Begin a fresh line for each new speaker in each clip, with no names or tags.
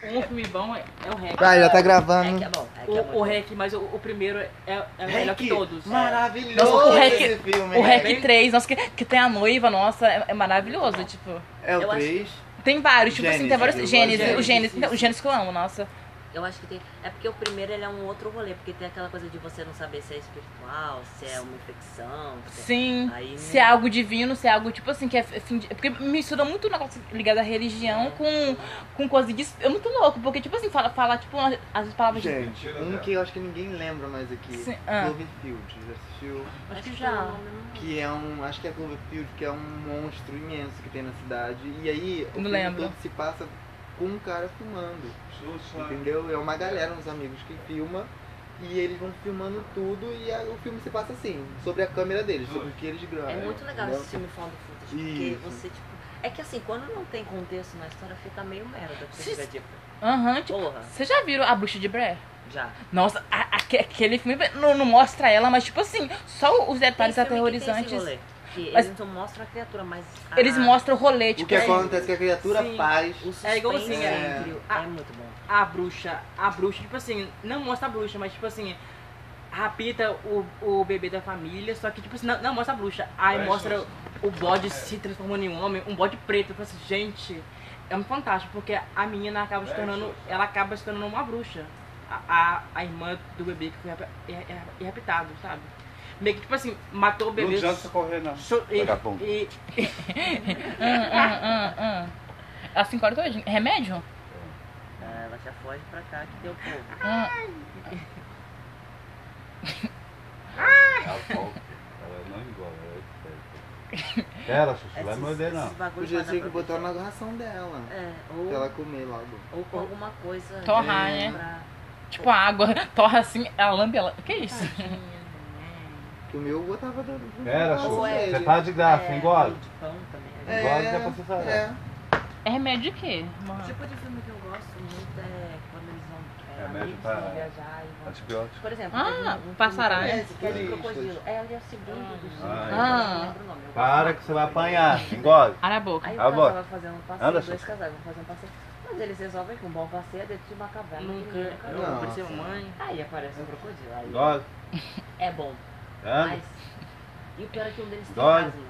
Um filme bom é, é o REC.
Vai, já tá
É que
gravando.
é bom. É que é
O,
muito
o
bom.
REC, mas o, o primeiro é, é o melhor que
Rec,
todos.
Maravilhoso
Nossa, o Rec-
esse filme.
É. O
né?
REC 3, nossa, é que, que tem a noiva, nossa, é, é maravilhoso, tipo.
É
eu
o
acho-
3.
Tem vários, tipo assim,
Gênesis,
tem vários.
eu gosto
Gênesis,
de
o Gênesis.
Gênesis.
não, o Gênesis que eu amo, nossa.
Eu acho que tem. É porque o primeiro ele é um outro rolê, porque tem aquela coisa de você não saber se é espiritual, se é uma infecção. se é-
Sim.
Aí
Se é algo divino, se é algo, tipo assim, que é fim de... Porque mistura muito um negócio ligado à religião com, com coisa de... É muito louco, porque, tipo assim, fala, fala tipo, umas- as palavras de...
Gente.
Um que eu acho que ninguém lembra mais aqui. É
Sim, ah.
Cloverfield. Já assistiu?
acho que
já.
não, não-
Que é um. Acho que é Cloverfield, que é um monstro imenso que tem na cidade. E aí o
Não
filme
lembro.
todo se passa com um cara filmando. Entendeu? É uma galera, uns amigos que filma. E eles vão filmando tudo e a- o filme se passa assim, sobre a câmera deles, sobre o que eles gravam.
É muito legal
entendeu?
esse filme falando footage, porque
Isso.
você, tipo. É que assim, quando não tem contexto na história, fica meio merda. Porque
Se-
fica tipo,
Aham, tipo...
porra,
Vocês já viram A Bruxa de Blair?
já.
Nossa, a- aque- aquele filme não, não mostra ela, mas, tipo assim, só os
Tem
detalhes
filme Que, tem
aterrorizantes.
esse rolê, que
Mas-
eles não mostram a criatura, mas. a-
Ah.
Eles mostram o rolê,
O
tipo...
que
assim.
acontece é que a criatura
Sim.
faz.
O suspense
É igualzinho,
é.
é, incrível,
Ah.
é muito bom.
A bruxa, a bruxa, tipo assim, não mostra a bruxa, mas tipo assim, rapita o, o bebê da família, só que tipo assim, não, não mostra a bruxa. Aí
É
Vai,
mostra
Xuxa.
o bode se transformando em um homem, um bode preto. Eu falo assim, gente, é um fantástico, porque a menina acaba se
É
Vai,
tornando,
Xuxa.
ela acaba se tornando uma bruxa. A, a, a irmã do bebê que foi rap- é- é- é raptado, sabe? Meio que tipo assim, matou o
Não
bebê.
adianta correr, não.
so- e-
Vagabundo.
e-
Hum, hum, hum, hum. Ela se encorda hoje? Remédio?
Ah, Ela já foge pra cá que deu povo.
Hum,
Ela volta. Ela não engole, ela é espera. Pera, Xuxa, vai
Esses-
morder, não.
esses bagulhos
Podia
pra dar
ter que
pra
botar
deixar.
na ração dela.
É,
Pra ela
ou,
comer logo.
ou com alguma coisa.
Torrar,
de-
né?
pra-
tipo, a água torra assim, ela lambe, ela... Que isso?
né?
Que o meu botava dando.
Pera,
Nossa,
Xuxa,
ele.
você tá de graça,
é,
engole.
de pão também. né?
É,
Igual que é pra você falar.
é.
É remédio de quê?
O
Uma-
tipo de filme que eu gosto muito é quando eles vão, é,
É, médio
amigos
pra-
vão viajar e vão...
Antibiótico.
Por exemplo,
Ah,
teve um filme
Passará. né?
que
É,
é de
turistas.
crocodilo. É, ele é o segundo dos
Ah,
é.
eu não lembro o nome. Eu
Para
gosto
que você vai
muito.
apanhar, engole.
Ara a boca.
Aí o
Ah,
casal
bora.
vai fazer um passeio,
Anda,
dois
Xuxa.
casais vão fazer um passeio. Mas eles resolvem que um bom passeio é dentro de uma caverna.
Nunca,
pequenininha, cara.
Não.
nunca apareceu mãe.
Aí aparece um crocodilo. Aí
Engole.
é bom.
Anda.
Mas... E o pior é que um deles tem
Dói.
asma.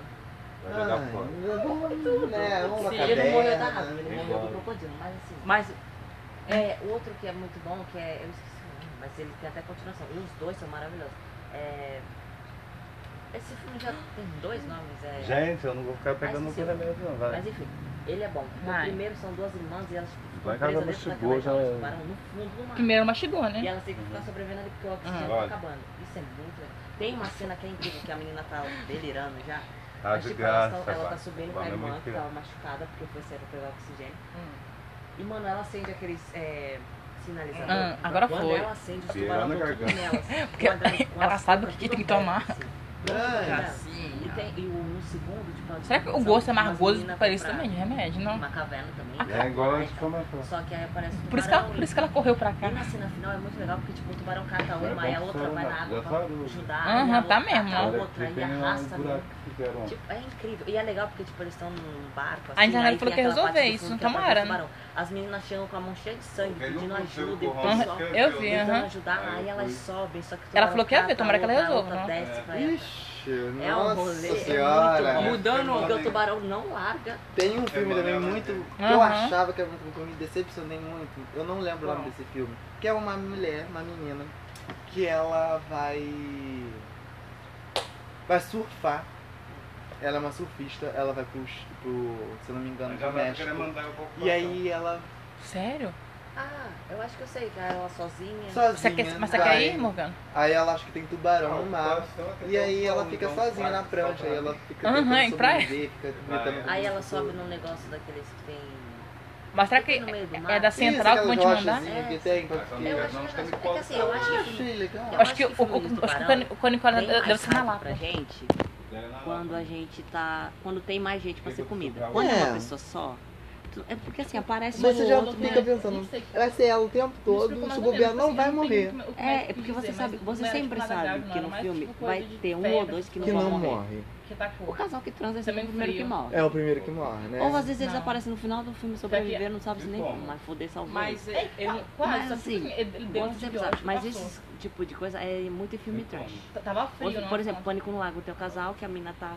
Vai jogar fora.
Vamos, né? Vamos pra
Sim, É ele não morreu tá da
caverna. né,
asma, ele morreu do crocodilo. Mas assim...
Mas
É, o outro que é muito bom, que é. Eu esqueci o nome, mas ele tem até continuação. E os dois são maravilhosos. É, Esse filme já tem dois nomes, é.
Gente, eu não vou ficar pegando
Mas,
muito remédio, não, vai.
Mas enfim, ele é bom. O
Vai.
primeiro são duas irmãs e elas tipo, ficam
Vai que ela
presas dentro
mastigou,
daquela jaula de
já- é.
tubarão, no fundo do mar.
Primeiro mastigou,
E
né?
elas têm que ficar sobrevivendo ali porque o oxigênio
Uhum. Olha.
tá acabando. Isso é muito legal. Tem uma cena que é incrível, que a menina tá delirando já.
Tá
mas,
de
tipo, elas tão-
graça,
ela tá
vai.
subindo com a
Valeu
irmã
muito
que
a pena.
tava machucada porque foi sério pegar oxigênio. E, mano, ela acende aqueles é, sinalizadores.
Ah, agora
Quando
foi.
ela um acende, os
Beira
tubarões
na
estão tudo
garganta.
nelas.
Porque
Com a gar- assim, com
ela
as
sabe o
bocas
que que tem que
tudo
tomar.
abertas, assim.
Ah,
E, tem, e o, no segundo, tipo... ela-
Será que o
são
gosto é
umas
amargoso
meninas
pra isso
pra
também? de Remédio, não? Ah,
Uma caverna também.
É engole de
Então,
como é que
Só que aí aparece o tubarão.
Por isso que ela, por isso que ela correu pra
E
cá.
na cena final é muito legal, porque tipo, o tubarão cata
É
uma,
bom
aí a
que
outra
saiu,
vai
né?
na água
Já
pra
saiu.
ajudar.
Aham,
e a outra
tá mesmo,
cata a
né?
Olha,
outra e
tem um
arrasta.
buraco
né?
que fizeram.
Tipo, é incrível. E é legal porque tipo, eles estão num barco. Assim,
A internet
aí tem
falou
aquela
que ia
parte
resolver
do fundo
isso,
que é pra ver o
tomara, né?
tubarão. As meninas chegam com a mão cheia de sangue,
Porque
pedindo
não consigo
ajuda. E o
correr um
pessoal
pouquinho,
Eu
eu
vi,
vi.
tentando
aham.
ajudar,
Aí eu
aí elas
fui.
sobem, só que o
Ela
tubarão
falou que ia ver,
cata a
tomara que ela
outra, a
resolva,
outra
né?
desce pra ela.
Ixi,
É um rolê, é
nossa
muito
senhora.
bom.
mudando
Porque o tubarão não larga.
Tem um filme também muito que eu
Aham.
achava que era muito bom, que eu me decepcionei muito. Eu não lembro o nome
Qual?
desse filme. Que é uma mulher, uma menina, que ela vai. vai surfar. Ela é uma surfista, ela vai pro, pro se eu não me engano,
Já
pro
vai querer
México.
tá mandar eu vou
E
passar.
aí ela
Sério?
Ah, eu acho que eu sei que ela sozinha.
Você
sozinha.
quer, mas você
vai-
quer ir, Morgana?
Aí ela acha que tem tubarão
Não,
então, no mar.
passou, até
E aí
passou,
ela fica
então,
sozinha na
vai,
prancha,
vai.
aí ela fica
Aham, em
tentando
praia.
sobreviver, fica
Vai.
gritando com
Aí ela
as
sobe
pessoas.
num negócio daqueles que tem.
Mas será que
no meio do
é-
mar.
é da
Isso,
central que
aquelas
vão te mandar?
rochazinhas assim, que
É.
tem, que-
Mas
Eu
Não,
acho
não,
que,
tem
é
que
que assim, eu
cortar.
acho que
Achei legal.
Eu acho que o,
Eu acho que filme
o,
do
acho que o
tubarão
Cone- o Cone Cone
tem
deve
mais
ser na
hype
lapa.
pra gente
Daí na-
quando a gente tá. Quando tem mais gente pra ser comida.
É.
Quando é uma pessoa só, tu outro. É porque assim, aparece
Mas
um
você já
outro.
fica pensando, vai ser ela o tempo todo, se bobear,
assim,
não vai morrer.
É, é porque você sabe, você sempre sabe que no filme vai ter um ou dois que não
Que
vão
não
morrer.
morre.
Que tá com-
O casal que transa é sempre
Também
o primeiro que
frio.
morre.
É o primeiro que morre, né?
Ou às vezes eles
Não.
aparecem no final do filme sobreviver, não sabe se nem como, mas foder salvou.
Mas
eles.
é, eu não-
Quase,
Mas,
só que,
assim,
ele deu um
Você sempre sabe.
antibiótico,
Mas
passou.
esse tipo de coisa é muito em filme trash.
T- Tava frio,
Ou,
não?
por exemplo, Pânico no Lago, tem o casal que a mina tá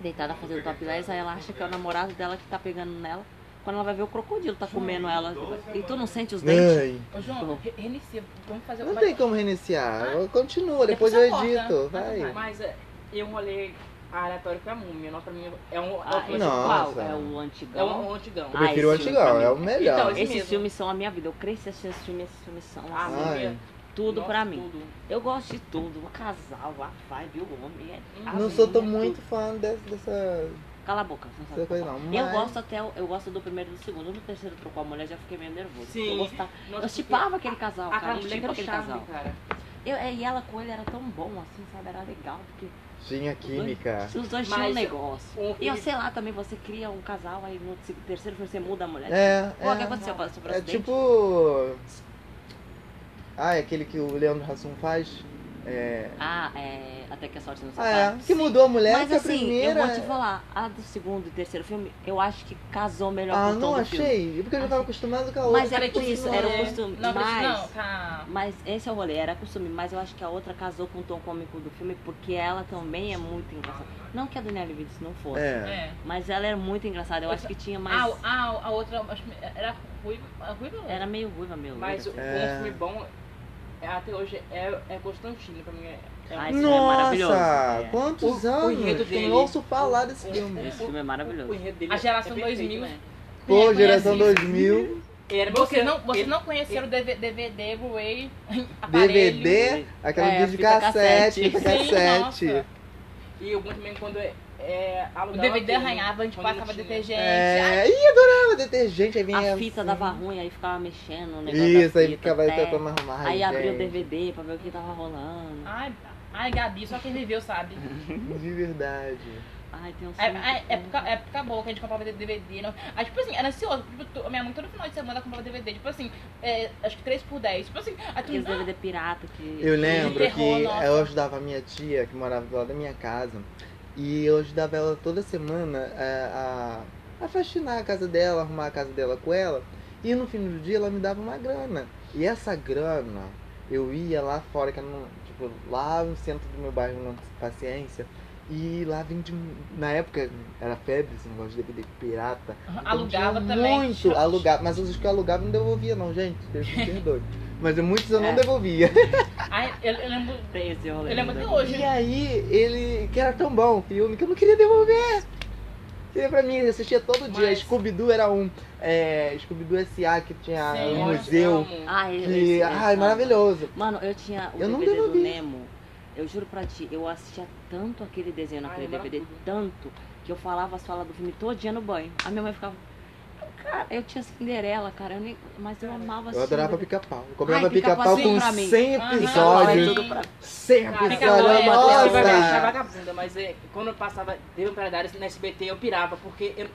deitada fazendo topless, aí ela acha que é o namorado dela que tá pegando nela. Quando ela vai ver o crocodilo tá comendo ela. E tu não sente os dentes?
Ai,
Ô, João, re- reinicia, vamos fazer...
Não
vai-
tem como reiniciar. Continua,
Ah. Depois
depois eu
você corta.
edito.
Vai,
Vai.
Mas é, eu rolei aleatório com a múmia. Nossa, pra mim é um, é um,
Ah,
filme-
esse
Nossa.
qual? É o
é um,
antigão?
um antigão.
Eu
Ah,
prefiro o
esse filme pra
antigão,
mim.
é o melhor.
Então, esse
Esses
mesmo.
filmes são a minha vida. Eu cresci assistindo esses filmes, esses filmes são
A
assim,
Ai.
múmia,
tudo
nossa,
pra mim.
tudo.
Eu gosto de tudo, o casal, a vibe, o homem. é- a
Não sou
vida,
tão
é
muito
tudo.
fã dessa. dessa...
Cala a boca, não
Essa
sabe
coisa
falar.
não,
Eu
mas-
gosto até, o- eu gosto do primeiro e do segundo. No terceiro trocou a mulher, já fiquei meio nervoso.
Sim.
Eu gostava.
Nossa,
eu chipava aquele casal,
a
cara. Eu
mulher
chipo
era
aquele casal.
chave, cara.
Eu, é, e ela com ele era tão bom, assim, sabe? Era legal, porque
Tinha química.
os dois tinham um
Mas
negócio.
o
E eu
filme-
sei lá, também você cria um casal, aí no se- terceiro filme você muda a mulher.
É,
Pô, o que
é.
aconteceu? Passou pra
É tipo. Ah, é aquele que o Leandro Hassum faz? É.
Ah, é. Até que a sorte não se
Ah, é.
separe.
Que mudou a mulher,
Mas
que a
assim,
primeira.
eu vou te falar, a do segundo e terceiro filme, eu acho que casou melhor
Ah,
com
não
todo o filme. Assim,
achei. Porque eu já tava acostumado com a outra. É.
Mas era
Peraí,
por isso, era um o costume.
Não,
mas,
não, tá...
mas esse é o rolê, era costume. Mas eu acho que a outra casou com o tom cômico do filme, porque ela também é muito engraçada. Não que a Daniela Vives não fosse,
É.
É.
mas ela é muito engraçada. Eu acho que tinha mais...
Ah, o- ah, o- a outra, acho que era ruiva, a ruiva não.
Era meio ruiva, meio
Mas
loira.
um
É.
filme bom é, até hoje é, é Constantino, pra mim é. é
Ai,
um-
esse filme é maravilhoso.
Nossa,
É.
quantos
O- o
anos
enredo
que eu
dele.
ouço falar desse
O-
filme?
Esse filme é
O
maravilhoso.
enredo dele
A geração
é perfeito,
2000.
né?
Pô,
Conhece-
geração
conhece.
2000,
Era
Vocês
você
não, vocês
ele-
não conheceram o DV DVD, Blu-ray, aparelho.
DVD, aquela
É,
vídeo de
fita
cassete,
cassete.
fita
Sim,
cassete.
nossa.
E o bom também quando é, é
O
alugava
DVD
filme,
arranhava, a gente
quando não
passava
tinha.
detergente.
É, e adorava detergente, aí vinha.
A fita dava ruim, aí ficava mexendo o negócio
Isso,
da
aí
fita,
ficava
até-
tentando arrumar.
Aí abriu o
gente.
DVD pra ver o que tava rolando.
Ai, ai, Gabi, só quem viveu sabe.
Uhum. De verdade.
Ai, tem um
É,
filme
é,
que-
época, época boa que a gente comprava DVD. Não. Aí, tipo assim, era ansioso. Tipo, tu- minha mãe todo final de semana comprava DVD. Tipo assim, é, acho que 3 por 10. Tipo assim, aí tu,
Aqueles DVD pirata que...
Eu lembro
terror,
que
nossa.
eu ajudava a minha tia, que morava do lado da minha casa, e eu ajudava ela toda semana é, a, a faxinar a casa dela, arrumar a casa dela com ela, e no fim do dia ela me dava uma grana. E essa grana, eu ia lá fora, que era no, tipo, lá no centro do meu bairro, na Paciência, e lá vende, mu- na época era febre esse negócio de DVD pirata. Então
alugava
tinha
também.
Muito, alugava, mas os que eu alugava eu não devolvia não, gente, Deus me perdoe. Mas eu- muitos eu não
É.
devolvia.
Ai, eu, eu lembro.
Tem esse rolê.
Eu lembro até
né?
hoje.
E aí, ele. que era tão bom o filme que eu não queria devolver. Queria pra mim, eu assistia todo dia.
Mas-
Scooby-Doo era um. É, Scooby-Doo S.A. que tinha
Sim,
um
Nossa,
museu.
amo.
Ai,
Que,
é um esse- esse- né?
ai, maravilhoso.
Mano, eu tinha o
Eu não
DVD do
devolvi.
Nemo. Eu juro pra ti, eu assistia tanto aquele desenho naquele
Ai, eu
DVD,
adoro.
tanto, que eu falava as falas do filme todo dia no banho. A minha mãe ficava. Cara, eu tinha Cinderela, cara, eu nem- mas eu amava
Eu
assistir
adorava
DVD.
pica-pau. Eu comia
Ai, pica-pau
pica-pau com
assim pra mim.
100
Aham.
Pica-pau é
episódios.
tudo pra-
100
Cara,
episódios.
é,
Você vai me achar
Nossa!
vagabunda, mas é, quando eu passava Devo Paradares na SBT, eu pirava, porque eu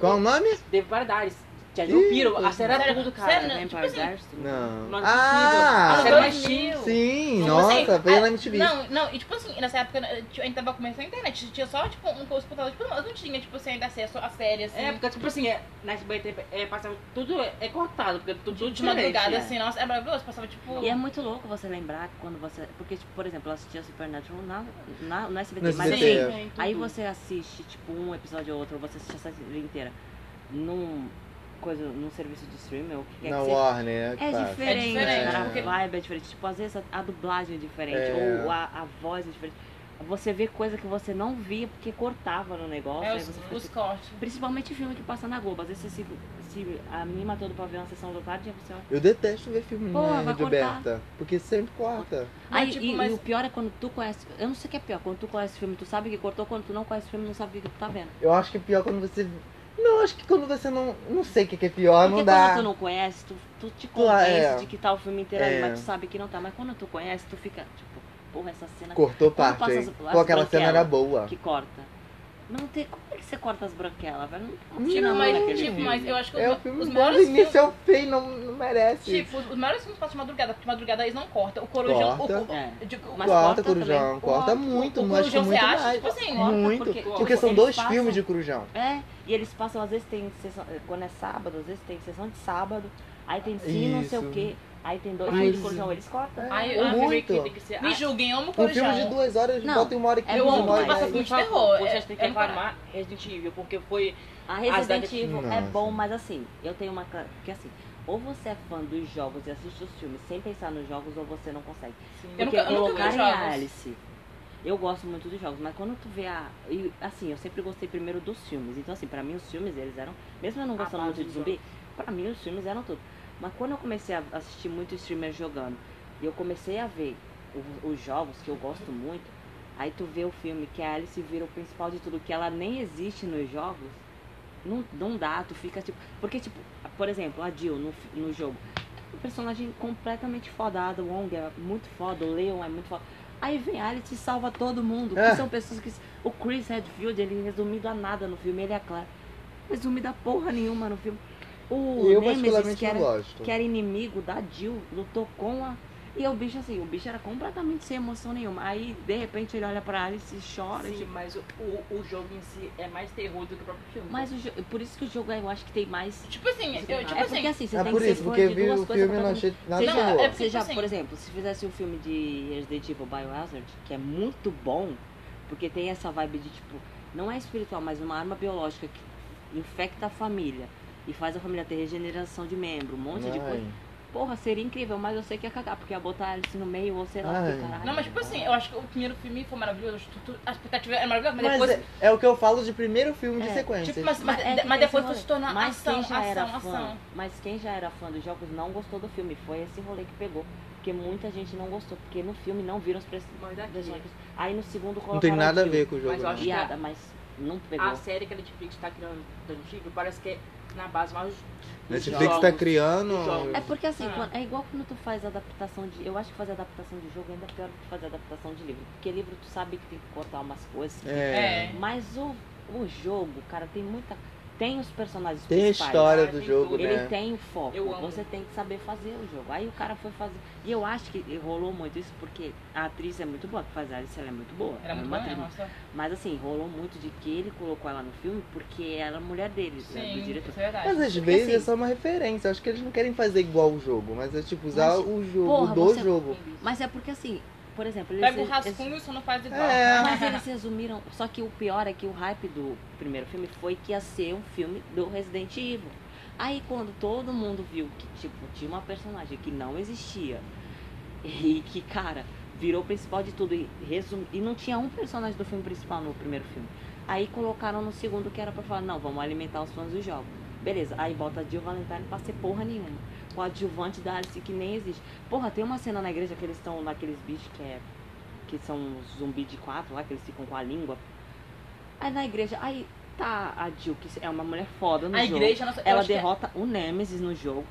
Qual o nome?
Devo Paradares. Eu piro, a série era
Sério?
tudo, cara. né?
Sério?
Vampire
Tipo assim,
Diaries, tudo.
Não.
Não é
Ah!
possível.
Ah,
A série
2000.
mais
Sim,
Tipo
nossa,
assim,
veio
é,
na
Ah,
MTV.
Não, não, e tipo assim, nessa época né, a gente tava começando a internet, tinha só tipo um computador, tipo, nós não tinha, tipo, assim, ainda acesso a série, assim.
É, porque, tipo assim, é, na SBT é, passava tudo é cortado, porque tudo, né? tudo
de madrugada,
é.
diferente.
assim, nossa, era maravilhoso, passava tipo.
E é muito louco você lembrar quando você. Porque, tipo, por exemplo, eu assistia Supernatural na, na, no SBT,
No
mas
SBT.
assim,
é,
Sim, tudo.
Aí
Uhum.
você assiste, tipo, um episódio ou outro, ou você assiste a série inteira num, coisa, num serviço de streaming, ou o que quer
Na
que seja.
Warner,
É
fácil.
diferente,
É diferente,
cara.
porque-
A vibe é diferente. Tipo, às vezes a, a dublagem é diferente,
É.
ou a, a voz é diferente. Você vê coisa que você não via porque cortava no negócio.
é,
aí
os,
você fica
os
tipo-
cortes.
Principalmente filme que passa na Globo. Às vezes você se, se anima todo pra ver uma sessão do tarde e você olha.
Eu detesto ver filme
Pô,
na
vai
rede
cortar.
aberta. Porque sempre corta.
Mas,
Aí,
tipo,
e,
mas-
e o pior é quando tu conhece. Eu não sei o que é pior. Quando tu conhece filme, tu sabe que cortou. Quando tu não conhece filme, não sabe o que tu tá vendo.
Eu acho que é pior quando você. Não, acho que quando você não. Não sei o que que é pior,
Porque
não dá.
quando tu não conhece, tu, tu te
Tu- ah,
convence
é.
de que tá o filme inteiro ali,
É.
mas tu sabe que não tá. Mas quando tu conhece, tu fica, tipo, porra, essa cena
Cortou
Quando
parte,
passa
hein?
as- as
Pô, aquela cena
branquelas.
era boa.
que corta. Mas não tem. Como é que você corta as branquelas, velho? Não
Tipo,
tira a mão
mas,
daquele
tipo,
filme.
mas eu acho que
É o
os,
filme
os
bom, do
maiores filmes.
início ao fim, não, não merece.
Tipo, os maiores filmes passam de madrugada, porque de madrugada eles não cortam. O corujão.
Corta.
O, o,
É.
eu digo,
Mas
corta,
corta
Corujão,
também.
corta
Corta.
muito,
O- o
mas acho que é
Corujão
muito
você acha,
mais.
tipo assim, corta,
muito.
porque-
Porque,
porque
são
eles
dois
passam-
filmes de Corujão.
É, e eles passam, às vezes tem sessão, quando é sábado, às vezes tem sessão de sábado, aí tem sino, não sei
Isso.
o quê, aí tem dois
Mas-
filmes de corujão, eles cortam.
É.
Ai, eu
Muito.
acho assim, que tem que ser. Me julguem, eu amo
Um filme de
corujão.
duas horas,
Não,
bota em uma hora e
É
quinze,
Eu amo
uma hora
que
e
mais.
passa
dez.
filme de
Por favor,
terror.
Vocês têm que
eu não paro.
reclamar Resident Evil, porque foi.
A
As
Resident
datas-
Evil
tipo
é
Nossa.
bom, mas assim, eu tenho uma. ca- Porque assim, ou você é fã dos jogos e assiste os filmes sem pensar nos jogos, ou você não consegue.
Eu
Porque
nunca, eu nunca vi
assim, colocar
os
em
jogos.
Alice. Eu gosto muito dos jogos, mas quando tu vê a. e, assim, eu sempre gostei primeiro dos filmes. Então, assim, pra mim os filmes, eles eram. Mesmo
Ah,
eu não
A
gostando
base
muito de
do
zumbi, pra mim os filmes eram tudo. Mas quando eu comecei a assistir muito streamer jogando, e eu comecei a ver o- os jogos que eu gosto muito, aí tu vê o filme que a Alice vira o principal de tudo, que ela nem existe nos jogos, não, não dá, tu fica tipo. Porque, tipo, por exemplo, a Jill no, fi- no jogo. Um personagem completamente fodado, o Wong é muito foda, o Leon é muito foda. Aí vem Alice e salva todo mundo. que
É.
são pessoas que. O Chris Redfield, ele é resumido a nada no filme, ele é claro. Resumido a porra nenhuma no filme. O
Eu
Nemesis,
particularmente
né, que
não
era,
gosto.
que era inimigo da Jill, lutou com a. E o bicho assim, o bicho era completamente sem emoção nenhuma. Aí, de repente, ele olha pra Alice e chora.
Sim,
tipo,
mas o, o, o jogo em si é mais terror do que o próprio filme.
Mas o jo... por isso que o jogo eu acho que tem mais.
Tipo assim, eu, tipo
é
assim.
porque assim, você
É
tem
por
que
isso,
ser fã
porque
de
vi
duas
o
coisas
filme e não
completamente
achei nada
Não,
terror.
é- porque,
Você já,
tipo assim-
por exemplo, se fizesse um filme de Resident Evil Biohazard, que é muito bom, porque tem essa vibe de tipo, não é espiritual, mas uma arma biológica que infecta a família e faz a família ter regeneração de membro, um monte de
Ai.
coisa. Porra, seria incrível, mas eu sei que ia cagar, porque ia botar Alice no meio ou sei lá,
Ai.
que caralho.
Não, mas tipo assim, eu acho que o primeiro filme foi maravilhoso. acho que tu- tu- A expectativa era maravilhosa,
Mas
mas depois.
é, é o que eu falo de primeiro filme de
É,
sequência.
Tipo, mas, mas,
Mas é que
mas
tem
depois
esse
foi se tornar
Mas
ação,
quem já era
ação,
fã,
ação.
mas quem já era fã dos jogos não gostou do filme. Foi esse rolê que pegou. Porque muita gente não gostou, porque no filme não viram os preços
Tá
Mas daqui-
personagens. Aí no segundo colocaram
Não tem nada a
Jill.
ver com o jogo.
Mas eu
não.
acho que-
é.
Piada, mas não pegou.
A
Ah,
série que a Netflix tá criando do Antigo parece que é na base mais. dos
Netflix
jogos.
tá criando.
Dos jogos.
É porque assim,
Ah.
quando- é igual quando tu faz adaptação de. Eu acho que fazer adaptação de jogo ainda é pior do que fazer adaptação de livro. Porque livro tu sabe que tem que cortar umas coisas.
É.
É.
Mas o, o jogo, cara, tem muita. Tem os personagens
Tem a
principais.
história
Ah,
do
tem
jogo,
tudo.
Ele
né?
tem o foco.
Eu amo.
Você tem que saber fazer o jogo. Aí o cara foi fazer. E eu acho que rolou muito isso porque a atriz é muito boa. Que faz a Alice, ela é muito boa.
Era
ela é
muito né?
uma
bom,
atriz.
nossa.
Mas assim, rolou muito de que ele colocou ela no filme porque ela é mulher dele, né, do
Sim,
diretor.
isso é verdade.
Mas às
Porque
vezes é
assim-
só uma referência. Acho que eles não querem fazer igual o jogo, mas é tipo usar
Mas,
o jogo
porra,
do
você-
jogo.
Mas é porque assim, por exemplo, eles,
Pega o
eles-
rascunho e só não faz igual.
É.
Mas eles resumiram. Só que o pior é que o hype do primeiro filme foi que ia ser um filme do Resident Evil. Aí quando todo mundo viu que, tipo, tinha uma personagem que não existia e que, cara, virou o principal de tudo e, resum... e não tinha um personagem do filme principal no primeiro filme. Aí colocaram no segundo que era pra falar, não, vamos alimentar os fãs do jogo. Beleza, aí bota a Jill Valentine pra ser porra nenhuma. Com a adjuvante da Alice que nem existe. Porra, tem uma cena na igreja que eles estão naqueles bichos que é que são os zumbi de quatro lá, que eles ficam com a língua. Aí na igreja, aí tá a Jill, que é uma mulher foda no
A
jogo.
igreja, nossa, eu
Ela
acho que é-
derrota o Nemesis no jogo.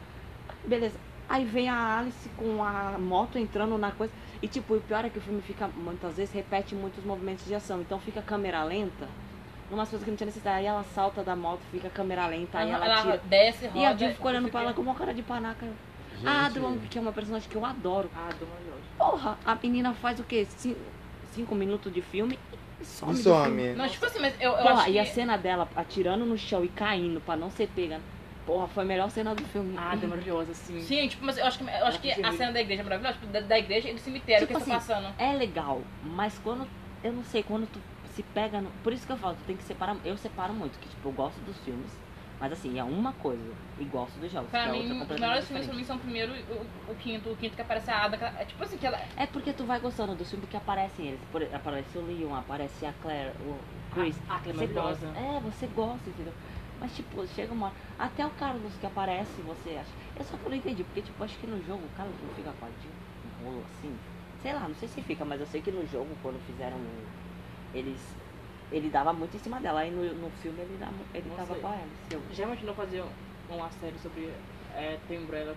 Beleza. Aí vem a Alice com a moto entrando na coisa. E tipo, o pior é que o filme fica, muitas vezes, repete muitos movimentos de ação. Então fica câmera lenta, umas coisas que não tinha necessidade. Aí ela salta da moto, fica câmera lenta, aí ela,
ela
tira.
desce, roda.
E a Jill ficou olhando
fica-
pra ela com uma cara de panaca.
Gente,
A Adlon, que é uma personagem que eu adoro.
Ah, do Major.
Porra, a menina faz o quê? Cin- Cinco minutos de filme e some.
E
do filme.
some.
Não, tipo assim, mas eu, eu
Porra,
acho
e a
que-
cena dela atirando no chão e caindo pra não ser pega. Porra, foi a melhor cena do filme.
Ah, do Maravilhoso, assim.
Sim, tipo, mas eu acho que, eu acho que a cena da igreja é maravilhosa, tipo, da, da igreja e do cemitério
Tipo
que eles
assim,
estão passando.
É legal, mas quando. Eu não sei, quando tu se pega. No, por isso que eu falo, tu tem que separar. Eu separo muito, que tipo, eu gosto dos filmes, mas assim, é uma coisa. E gosto dos jogos. que
Pra
é outra
mim, os
completamente
melhores filmes
diferente.
pra mim são primeiro o, o quinto, o quinto que aparece a Ada, que ela- é tipo assim, que ela...
É porque tu vai gostando dos filmes que aparecem eles. Por- aparece o Leon, aparece a Claire, o Chris.
Ah, que é
Você
maravilhosa.
gosta. É, você gosta, entendeu? Mas tipo, chega uma. Até o Carlos que aparece, você acha. Eu só que eu não entendi, porque tipo, acho que no jogo o Carlos não fica com a Jill, um rolo assim. Sei lá, não sei se fica, mas eu sei que no jogo, quando fizeram. o- Eles. Ele dava muito em cima dela. Aí no, no filme ele, dava, ele
Não
tava
sei.
assim. com a Alice. Eu-
um, Já imaginou fazer uma série sobre é, Tem Umbrella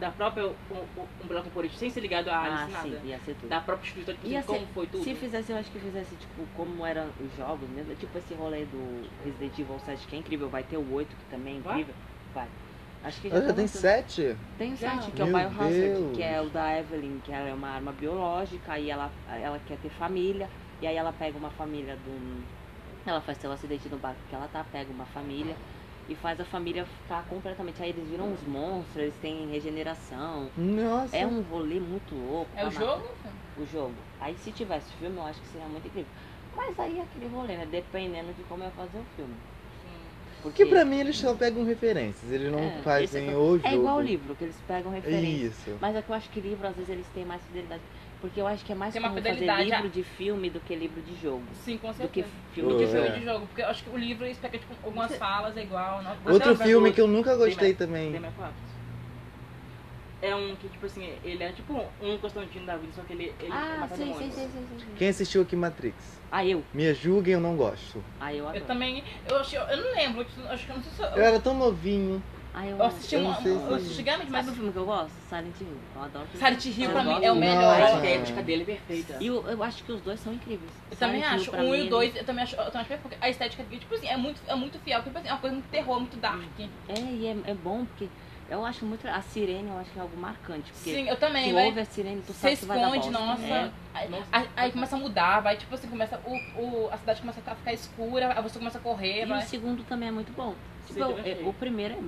da própria um- um bloco político sem ser ligado à área
Ah,
ensinada.
sim, ia ser tudo.
Da própria escritora, tipo,
Ia
assim, como
ser-
foi tudo.
Se fizesse, eu acho que fizesse, tipo, como eram os jogos, né? Tipo esse rolê do Resident Evil 7, que é incrível, vai ter o 8, que também é
Vai?
incrível. Vai. Acho que já
Ela já
tá
tem
lançando.
sete?
Tem o
Já.
7, que é o
Meu
Biohazard,
Deus.
que é o da Evelyn, que ela é uma arma biológica e ela, ela quer ter família. E aí ela pega uma família do. Ela faz seu acidente no barco que ela tá, pega uma família e faz a família ficar completamente. Aí eles viram uns monstros, eles têm regeneração.
Nossa.
É um rolê muito louco.
É o
tá,
jogo?
o jogo. Aí se tivesse filme, eu acho que seria muito incrível. Mas aí é aquele rolê, né? Dependendo de como é fazer o filme.
Porque pra mim eles só pegam referências, eles não
É,
fazem
esse-
o jogo.
É igual o livro, que eles pegam
É
referência.
isso.
Mas é que eu acho que livro, às vezes, eles têm mais fidelidade. Porque eu acho que é mais
Tem uma
comum
fidelidade,
fazer livro de filme do que livro de jogo.
Sim, com
Do que
certeza.
filme
Do que
de
Oh,
filme
é.
de jogo, porque eu acho que o livro eles pegam tipo, algumas falas é igual. Não...
Você
Outro
lembra
filme
do-
que eu nunca
Demi-
gostei também.
Demi Quarks? É um que, tipo assim, ele é tipo um Constantino da vida, só que ele, ele
Ah,
mata
sim, sim,
demônios.
sim, sim, sim.
Quem assistiu aqui Matrix?
Ah, eu.
Me julguem, eu não gosto.
Ah, eu
Eu
adoro.
também. Eu, acho, eu não lembro, eu acho que eu não sei se
Eu
eu.
era tão novinho.
Ah, eu
Eu assisti
É, eu
um.
não sei se-
Eu assisti Gambit, mas
Mas
o
o filme que eu gosto? Silent Hill. Eu adoro. filme.
Silent Hill
Eu
pra mim
gosto.
é o melhor.
A
Nossa.
estética dele é perfeita.
E eu, eu acho que os dois são incríveis.
Eu também
Silent Hill,
acho,
pra
um
mim, é
e o
ele-
dois, eu também acho, eu também acho perfeito. A estética dele, tipo assim, é muito, é muito fiel, tipo assim, é uma coisa muito terror, muito dark.
É, e é, é bom porque eu acho muito. A sirene eu acho que é algo marcante. Porque
Sim, eu
tu
também,
ouve
vai.
a sirene, tu
Você
sabe que vai dar
esconde,
bosta.
nossa.
É.
Aí, aí- aí começa a mudar, vai, tipo assim, começa. O, o- a cidade começa a ficar escura, aí você começa a correr,
E o
vai.
segundo também é muito bom. Tipo,
Sim,
eu-
também
é-
achei.
o primeiro é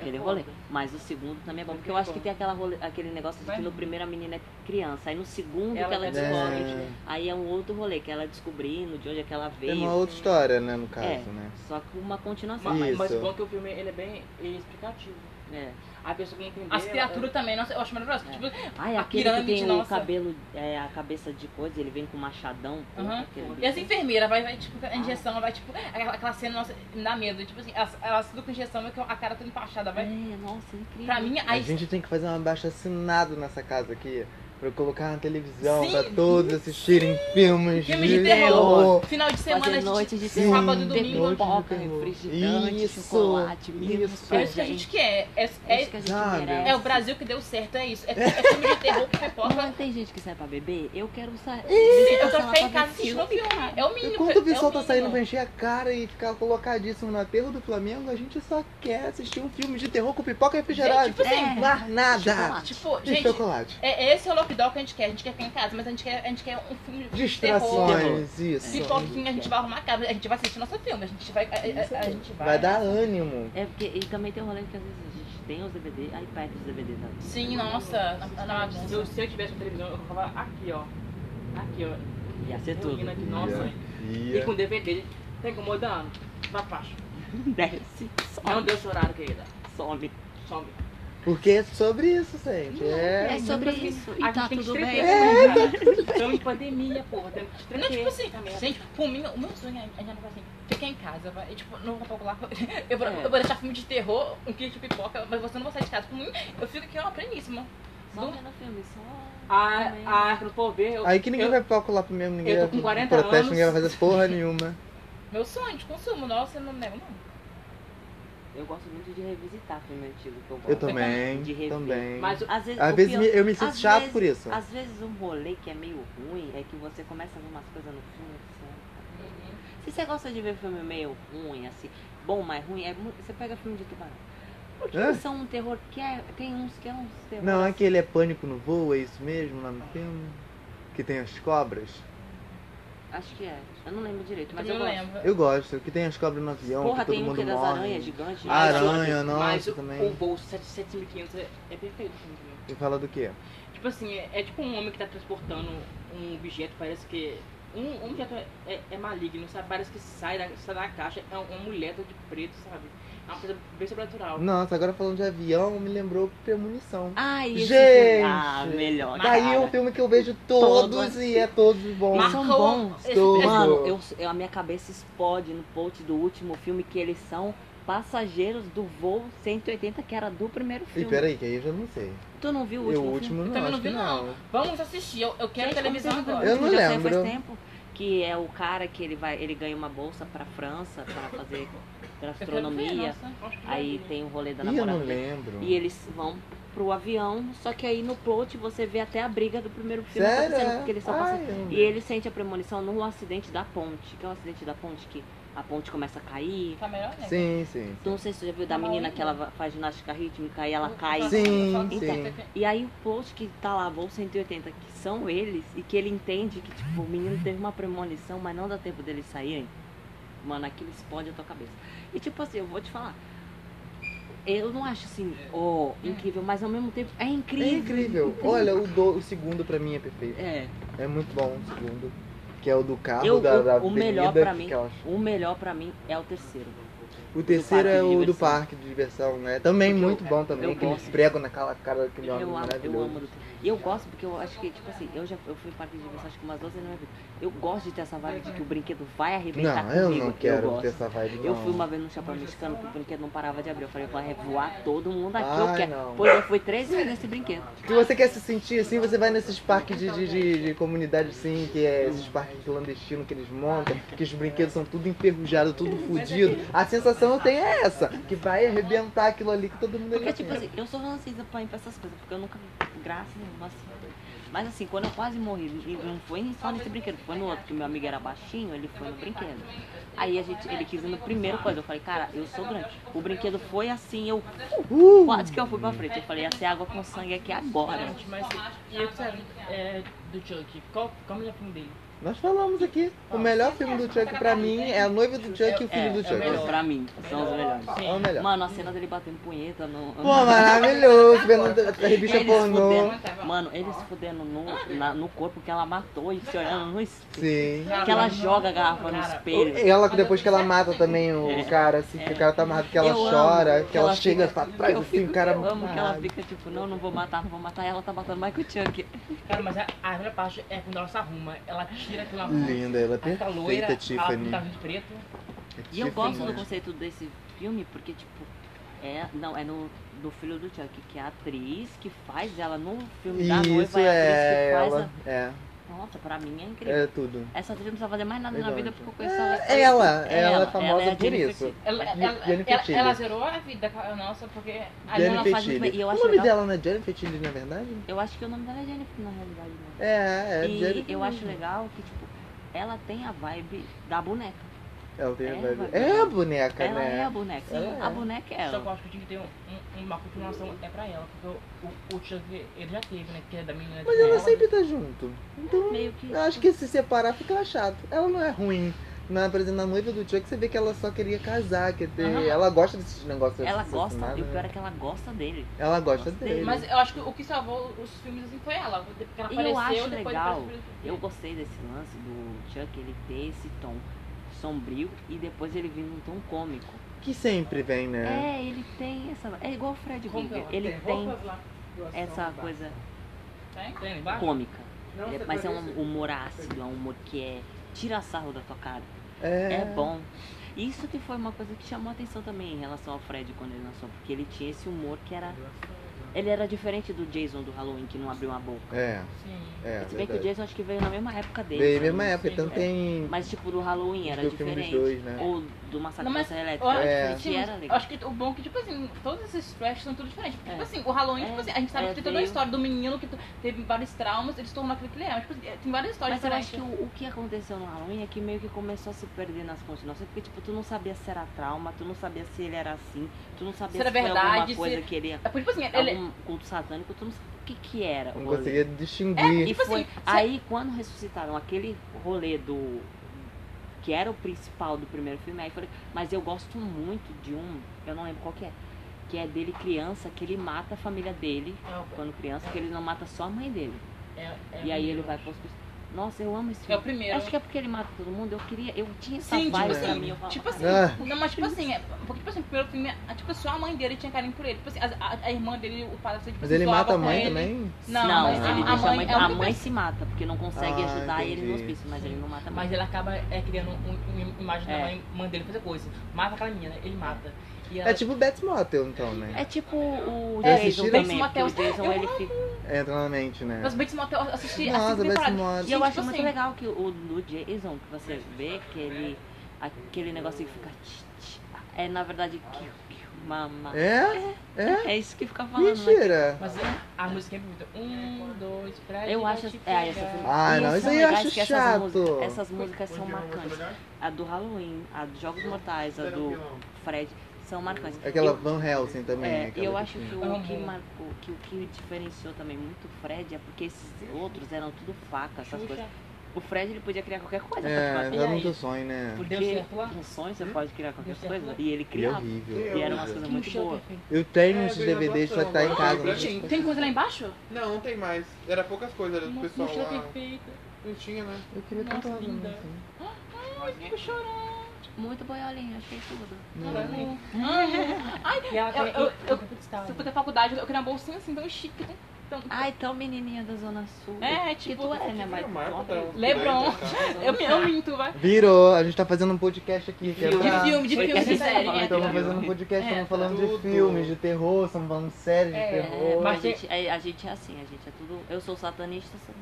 aquele rolê. Mas o segundo também é bom. Porque eu acho que tem aquela rolê- aquele negócio de
Vai.
que no primeiro a menina é criança. Aí no segundo
Ela
que ela
é
descobre.
né?
Aí é um outro rolê, que ela descobrindo de onde é que ela
É uma
veio.
outra história, né, no caso,
É.
né?
Só que uma continuação.
Mas, mas
Isso.
o bom é que o filme ele é bem explicativo.
É.
A pessoa que não entendeu.
As criaturas também, nossa, eu acho maravilhoso.
É.
Tipo,
Ai,
A
aquele
pirâmide,
que tem o
nossa.
cabelo, é, a cabeça de coisa, ele vem com machadão. pô,
Aham.
aquele
E assim, as
bicho.
enfermeiras, vai, vai tipo, a injeção, vai, tipo, aquela, aquela cena, nossa, me dá medo. Tipo assim, elas, elas tudo com injeção, vai com a cara toda empachada, vai.
É, nossa, incrível.
Pra mim,
A
aí.
gente tem que fazer um abaixo assinado nessa casa aqui. Pra eu colocar na televisão,
Sim.
pra todos assistirem filmes
Filmes de terror. Final de semana,
Fazer
a gente.
noite de
Sim,
sábado,
noite
domingo,
de
pipoca,
terror.
refrigerante,
Isso,
chocolate, milho,
isso.
É isso que a gente quer. É,
É
é,
isso que a gente
Sabe?
merece.
é o Brasil que deu certo, é isso. É, é filme de terror que
Não
pipoca.
tem gente que sai pra beber? Eu quero sair.
Eu
tá
tô em casa assistindo filme. É o mínimo.
Enquanto o pessoal
pessoal
tá saindo pra encher a cara e ficar colocadíssimo no aterro do Flamengo, a gente só quer assistir um filme de terror com pipoca e refrigerante.
Gente, tipo assim,
Mais nada.
chocolate.
Tipo,
E
gente,
chocolate.
é, esse é o lockdown que a gente quer. A gente quer ficar em casa, mas a gente quer, a gente quer um filme de terror.
Distrações, isso.
Pipoquinha, a gente vai arrumar a casa, a gente vai assistir nosso filme, a gente vai. A, a- a gente vai.
Vai dar ânimo.
É porque e também tem um rolê que às vezes a gente tem os DVD, aí perde os DVD da
Sim, nossa,
Tá
na, na
é, Se
bagunça.
eu, se eu tivesse uma televisão, eu colocava aqui, ó. Aqui, ó.
Ia ser tudo.
Reunindo aqui, nossa.
Ia.
E com DVD, tá incomodando. Pra baixo.
Desce,
tá Não
some,
deu esse horário, querida.
some.
Some.
Porque é sobre isso, gente. É.
É sobre isso. E
a
tá
gente tem que
tudo
se
bem.
tremer, cara. Estamos em pandemia, porra. Temos que se
Não,
tremer.
tipo assim,
Tá merda.
gente, por mim, o meu sonho é a gente fala assim, fica em casa, vai. E, tipo, não vou pouco lá. Eu vou,
É.
eu vou deixar filme de terror, um kit de pipoca, mas você não vai sair de casa. Por mim, eu fico aqui, ó, pleníssima.
Só vendo filme, só.
A, a Arca do Povo Verde, eu-
Aí que ninguém
eu-
vai calcular pro mesmo ninguém.
eu tô
vai
com
pro
40
protesto,
anos.
ninguém vai fazer porra nenhuma.
Meu sonho de consumo, nossa, eu não nego, não.
Eu gosto muito de revisitar filme antigo que eu gosto.
Eu também.
De rever.
Também.
Mas
Às vezes,
Às
o
vezes
pior-
me- eu me sinto
às
chato
vezes-
por isso.
Às vezes um rolê que é meio ruim é que você começa a ver umas coisas no filme. Assim. Se você gosta de ver filme meio ruim, assim, bom, mas ruim, é mu- você pega filme de tubarão. Porque
Hã?
são um terror que é. Tem uns que é uns terror.
Não,
assim.
aquele é pânico no voo, é isso mesmo lá no filme? Que tem as cobras?
Acho que é. Eu não lembro direito, mas
eu
eu,
não
gosto.
lembro.
Eu gosto, que tem as cobras no avião,
Porra,
que todo
tem um
mundo
que é das
morre.
aranhas gigantes. né?
Mas
Aranha,
Mas
nossa,
o,
também.
o bolso 7- 7500 é, é perfeito. gente.
E fala do quê?
Tipo assim, é, é tipo um homem que tá transportando um objeto, parece que. Um, um objeto é, é- é maligno, sabe? Parece que sai da, sai da caixa, é uma mulher toda de preto, sabe? É uma coisa bem sobrenatural.
Nossa, agora falando de avião, me lembrou Premonição.
Ai, esse
Gente!
filme- Ah, melhor.
Daí é um
Ah, cara.
filme que eu vejo todos
Todos.
e é todos bons.
Eles são
Marcou
bons.
esse-
Todos.
Mano, eu, eu- a minha cabeça explode no post do último filme que eles são passageiros do voo 180, que era do primeiro
E
filme.
peraí, que aí eu já não sei.
Tu não viu o
Eu,
último filme? é
o último
Eu
não,
também
acho
não vi,
que
não.
não.
Vamos assistir, eu, eu quero
Gente,
televisão
como teve
agora.
o
Eu
último,
não
já saiu
lembro.
Faz tempo que é o cara que ele vai, ele ganha uma bolsa pra França pra fazer pra
Eu quero ver,
astronomia.
nossa.
Aí tem o rolê da
Ih, eu não
namorada. dele.
lembro.
tá E eles vão pro avião, só que aí no plot você vê até a briga do primeiro filme
Sério?
acontecendo, porque ele só passa...
Ai, eu-
E ele sente a premonição no acidente da ponte, que é o acidente da ponte que a ponte começa a cair.
Tá melhor, né?
Sim, É sim.
Tu não sei se você já viu da menina que ela va- faz ginástica rítmica e ela cai.
Sim,
tá,
sim.
E aí o plot que tá lá, Voo 180, que são eles, e que ele entende que, tipo, o menino teve uma premonição, mas não dá tempo deles saírem. Mano, aquilo explode a tua cabeça. E tipo assim, eu vou te falar. Eu não acho assim, ó, incrível, mas ao mesmo tempo é
É
incrível.
incrível. Olha, o, do- o segundo pra mim é perfeito.
É,
É muito bom o segundo. Que é o do carro,
Eu-
da,
o-
da
o melhor
avenida,
pra
que
mim.
que eu acho.
o melhor pra mim é o terceiro.
O terceiro
parque
é
de
o do
diversão.
parque de diversão, né? Também
Porque eu-
muito bom também.
eu
Aqueles
gosto.
pregos naquela cara daquele homem
Eu amo, eu
um maravilhoso.
amo. do- E eu gosto porque eu acho que, tipo assim, eu já eu fui em parque de diversão acho que umas 12 vezes na minha vida. Eu gosto de ter essa vibe de que o brinquedo vai arrebentar
Não,
tá comigo.
eu não quero
gosto.
ter essa vibe.
Eu
não.
fui uma vez no chapéu mexicano que o brinquedo não parava de abrir. Eu falei, vai voar todo mundo aqui,
Ai,
eu quero.
não.
Pois eu fui três vezes nesse brinquedo.
Se você quer se sentir assim, você vai nesses parques de, de, de, de comunidade assim, que é esses parques clandestinos que eles montam, que os brinquedos são tudo enferrujados, tudo
é
fudido. A sensação eu tenho é essa, que vai arrebentar aquilo ali que todo mundo
Porque,
ali
tipo
tem.
assim, eu sou ansiosa pra ir pra essas coisas, porque eu nunca, graças a Deus, assim. Mas assim, quando eu quase morri, e não foi só nesse brinquedo, foi no outro, que meu amigo era baixinho, ele foi no brinquedo. Aí a gente, ele quis ir no primeiro coisa, eu falei, cara, eu sou grande. O brinquedo foi assim, eu
Uh!
quase que eu fui pra frente. Eu falei, ia ser água com sangue aqui agora.
Gente, mas e eu sério, é, do Chuck, qual, qual é o melhor filme dele?
Nós falamos aqui, o melhor filme do Chuck pra mim é a noiva do Chuck e o filho
É,
do
é o
Chuck.
melhor, pra mim, são os melhores.
É o melhor.
Mano, a cena dele batendo punheta no.
Pô, maravilhoso, vendo a revista pornô.
fudendo, mano, ele se fudendo no, na- no corpo que ela matou e se olhando no espelho.
Sim.
Que ela joga a garrafa no
Cara,
espelho.
Ela, depois que ela mata também o
É.
cara, assim, que o cara tá amarrado, que ela
Eu amo
chora, que
que
ela
ela
chega
fica-
pra trás,
eu
assim, o cara...
Eu amo que ela
amarrado.
fica tipo, não, não vou matar, não vou matar. E ela tá matando Michael Chuck.
Cara, mas a, a melhor parte é quando ela se arruma, ela tira aquela
Linda, ela é
ela tá loira,
perfeita,
ela
Tiffany.
pinta de preto.
E eu gosto do
Tiffany.
conceito desse filme porque, tipo, é. Não, é no do filho do Chuck, que é a atriz que faz ela no filme da
Isso
noiva.
é
É a atriz que
ela,
faz
é,
a... Nossa, pra mim é incrível.
é tudo.
Essa atriz não precisa fazer mais nada na
Verdade.
vida porque eu conheço ela.
É Ela, ela é famosa
a
por
Jennifer
isso.
Ela,
Jennifer
ela, ela, ela,
Tilly.
zerou a vida com a nossa, porque a
Aí ela
Jennifer
faz muito bem.
Tilly.
E eu
O
acho
nome
legal-
dela não é Jennifer Tilly, na verdade?
Eu acho que o nome dela é Jennifer na realidade, né?
É, é
e
Jennifer
eu acho
mesmo.
legal que, tipo, ela tem a vibe da boneca.
Ela tem a
É,
vibe-
vai-
É a boneca,
ela é a
né?
boneca.
Ela é.
A boneca é
Só que eu
ela.
acho que tinha que ter um- um- uma continuação é pra ela, porque o, o, o Chuck ele já teve, né? Que é da menina
Mas
de
ela
Nova.
sempre tá junto. Então,
Meio que. tipo,
eu acho que se separar fica chato. Ela não é ruim. Na, por exemplo, na noiva do Chuck, você vê que ela só queria casar, quer ter...
Aham.
Ela gosta desses negócios.
Ela
assim,
gosta,
nada,
e o pior
né?
é que ela gosta dele.
Ela gosta
Gosta
dele.
dele.
Mas eu acho que o que salvou os filmes assim foi ela. Porque ela
E
apareceu
eu acho
depois
legal.
depois-
Eu
É.
gostei desse lance do Chuck, ele ter esse tom sombrio e depois ele vir num tom cômico.
Que sempre vem, né?
É, ele tem essa. É igual o Fred
Como que é
Krueger,
ela
ele tem
roupas lá?
essa coisa
Tem? Tem lá embaixo?
cômica.
Não,
Ele-
você
Mas é
parece-
um humor ácido, é um humor que é. Tira sarro da tua cara.
É,
É bom. Isso que foi uma coisa que chamou a atenção também em relação ao Fred quando ele lançou, porque ele tinha esse humor que era. Ele era diferente do Jason do Halloween, que não abriu uma boca.
É,
Sim.
é,
Se bem que o
verdade.
Jason acho que veio na mesma época dele.
Veio
né?
mesma época, então
É.
tem
Mas tipo, do Halloween era
do filme dos
diferente.
dois, né?
Ou do Massacre
Não,
da
mas-
Serra Elétrica
olha,
É.
era
Sim,
diferente.
mas
Era
eu
legal.
Tipo, acho que o bom é que, tipo assim, todos esses flash são tudo diferentes. Porque,
É.
Tipo assim, o Halloween,
É.
tipo assim, a gente sabe
É,
que tem toda a
veio-
história do menino que t- teve vários traumas, ele se tornou aquilo que ele é. Mas, tipo, assim, tem várias histórias
Mas eu acho que
diferentes.
o, o que aconteceu no Halloween é que meio que começou a se perder nas continuações, porque tipo, tu não sabia se era trauma, tu não sabia se ele era assim, tu não sabia
Se era
se foi
verdade,
alguma
se-
coisa que ele
É, porque, tipo assim, ele...
algum culto satânico, tu não sabia o que que era. o
Não
rolê.
conseguia distinguir.
É, E
Tipo
foi
assim, se-
aí quando ressuscitaram aquele rolê do que era o principal do primeiro filme, aí eu falei, mas eu gosto muito de um, eu não lembro qual que é, que é dele criança, que ele mata a família dele quando criança, que ele não mata só a mãe dele.
É, é-
E aí ele vai pro hospital. Nossa, eu amo esse
É o
filme.
primeiro.
Acho que é porque ele mata todo mundo, eu queria, eu tinha essa
Sim, tipo
vibe pra
assim,
mim, eu falava,
Tipo assim,
Ah.
não, mas tipo assim, é, porque tipo assim, o primeiro filme, a- tipo, só a mãe dele tinha carinho por ele. Tipo assim, a, a- a irmã dele, o padrasto, tipo,
Mas
assim,
ele
zoava
mata a
com
mãe
ele.
também?
Não,
não,
mas
ele
a,
deixa
mãe, é
a
única-
mãe se mata, porque não consegue
Ah,
ajudar ele no
entendi.
hospício, mas ele não mata a mãe.
Mas ele acaba é, criando um- um- uma imagem da
É.
mãe, mãe dele fazer coisa. Mata aquela menina, ele mata. E ela,
É tipo Beth Motel, então, né?
É tipo o
Já
Jason
assistiram?
também, porque o
Bates Motel,
Jason
eu
ele fica...
Entra na mente, né?
Mas Bates Motel, eu assisti
Nossa,
a segunda
Bates
temporada.
Motel.
E eu
Gente,
acho
tipo
muito
assim,
legal que o do Jason, que você vê que ele. aquele negócio que fica. tch, tch, É na verdade. que- que- Mama.
É? É?
É isso que fica falando. né?
Mentira.
Mas a música é bonita. Um, dois, pra
Eu
gente
acho.
te
É, essa
pegar.
filme.
Ai, Ah, não,
são
isso aí eu
legais
acho
que essas
chato.
músicas- essas músicas são marcantes. A do Halloween, a dos Jogos Mortais, a do Fred, são marcantes.
Aquela
Eu-
Van Helsing também. né?
É,
aquela
eu
que
acho
tinha.
que o
Amo.
que marcou, que o que diferenciou também muito o Fred é porque esses outros eram tudo faca, essas coisas.
Xuxa,
O Fred ele podia criar qualquer coisa,
É,
praticamente.
dá
E aí?
muito sonho, né?
por
Porque
Deus é certo lá.
com sonho
Hum?
você pode criar qualquer
Deu
coisa.
certo.
E ele
E é
criava.
horrível.
E era uma
horrível.
coisa muito
Xuxa,
boa.
perfeito.
Eu tenho
É,
esses
veio na
DVDs, só que tá
doação,
em casa.
né?
não
Gente,
sei.
um tem coisa lá embaixo?
Não, não tem mais. Era poucas coisas, era do
Uma
pessoal
mochila
lá.
perfeita.
Não tinha, né?
Eu queria assim.
Nossa,
tanto
linda.
uma música.
Fico chorando.
Muito boiolinha, achei tudo.
Ela é linda. E ela
Eu-
tem-
eu- eu-
cristal, né?
Se eu
tá
for ter faculdade, eu queria uma bolsinha assim, tão chique. Tão, tão...
Ai, tão menininha da Zona Sul.
É,
que
tipo,
tu é, né,
Tinha
mas...
o Marco, tá?
Nossa,
Uns
Lebron.
dois, né, tá?
eu, me- eu minto, vai.
Virou, a gente tá fazendo um podcast aqui. que é
filme.
De
pra-
filme, de
Foi
filme,
que a
de
gente
série.
tava
é.
Estamos
de
fazendo um
filme.
podcast,
É,
estamos falando
tudo.
de filmes, de terror, estamos falando de séries de
É,
terror.
mas
mas
a
tem-
gente, é, a gente é assim, a gente é tudo. Eu sou satanista sou-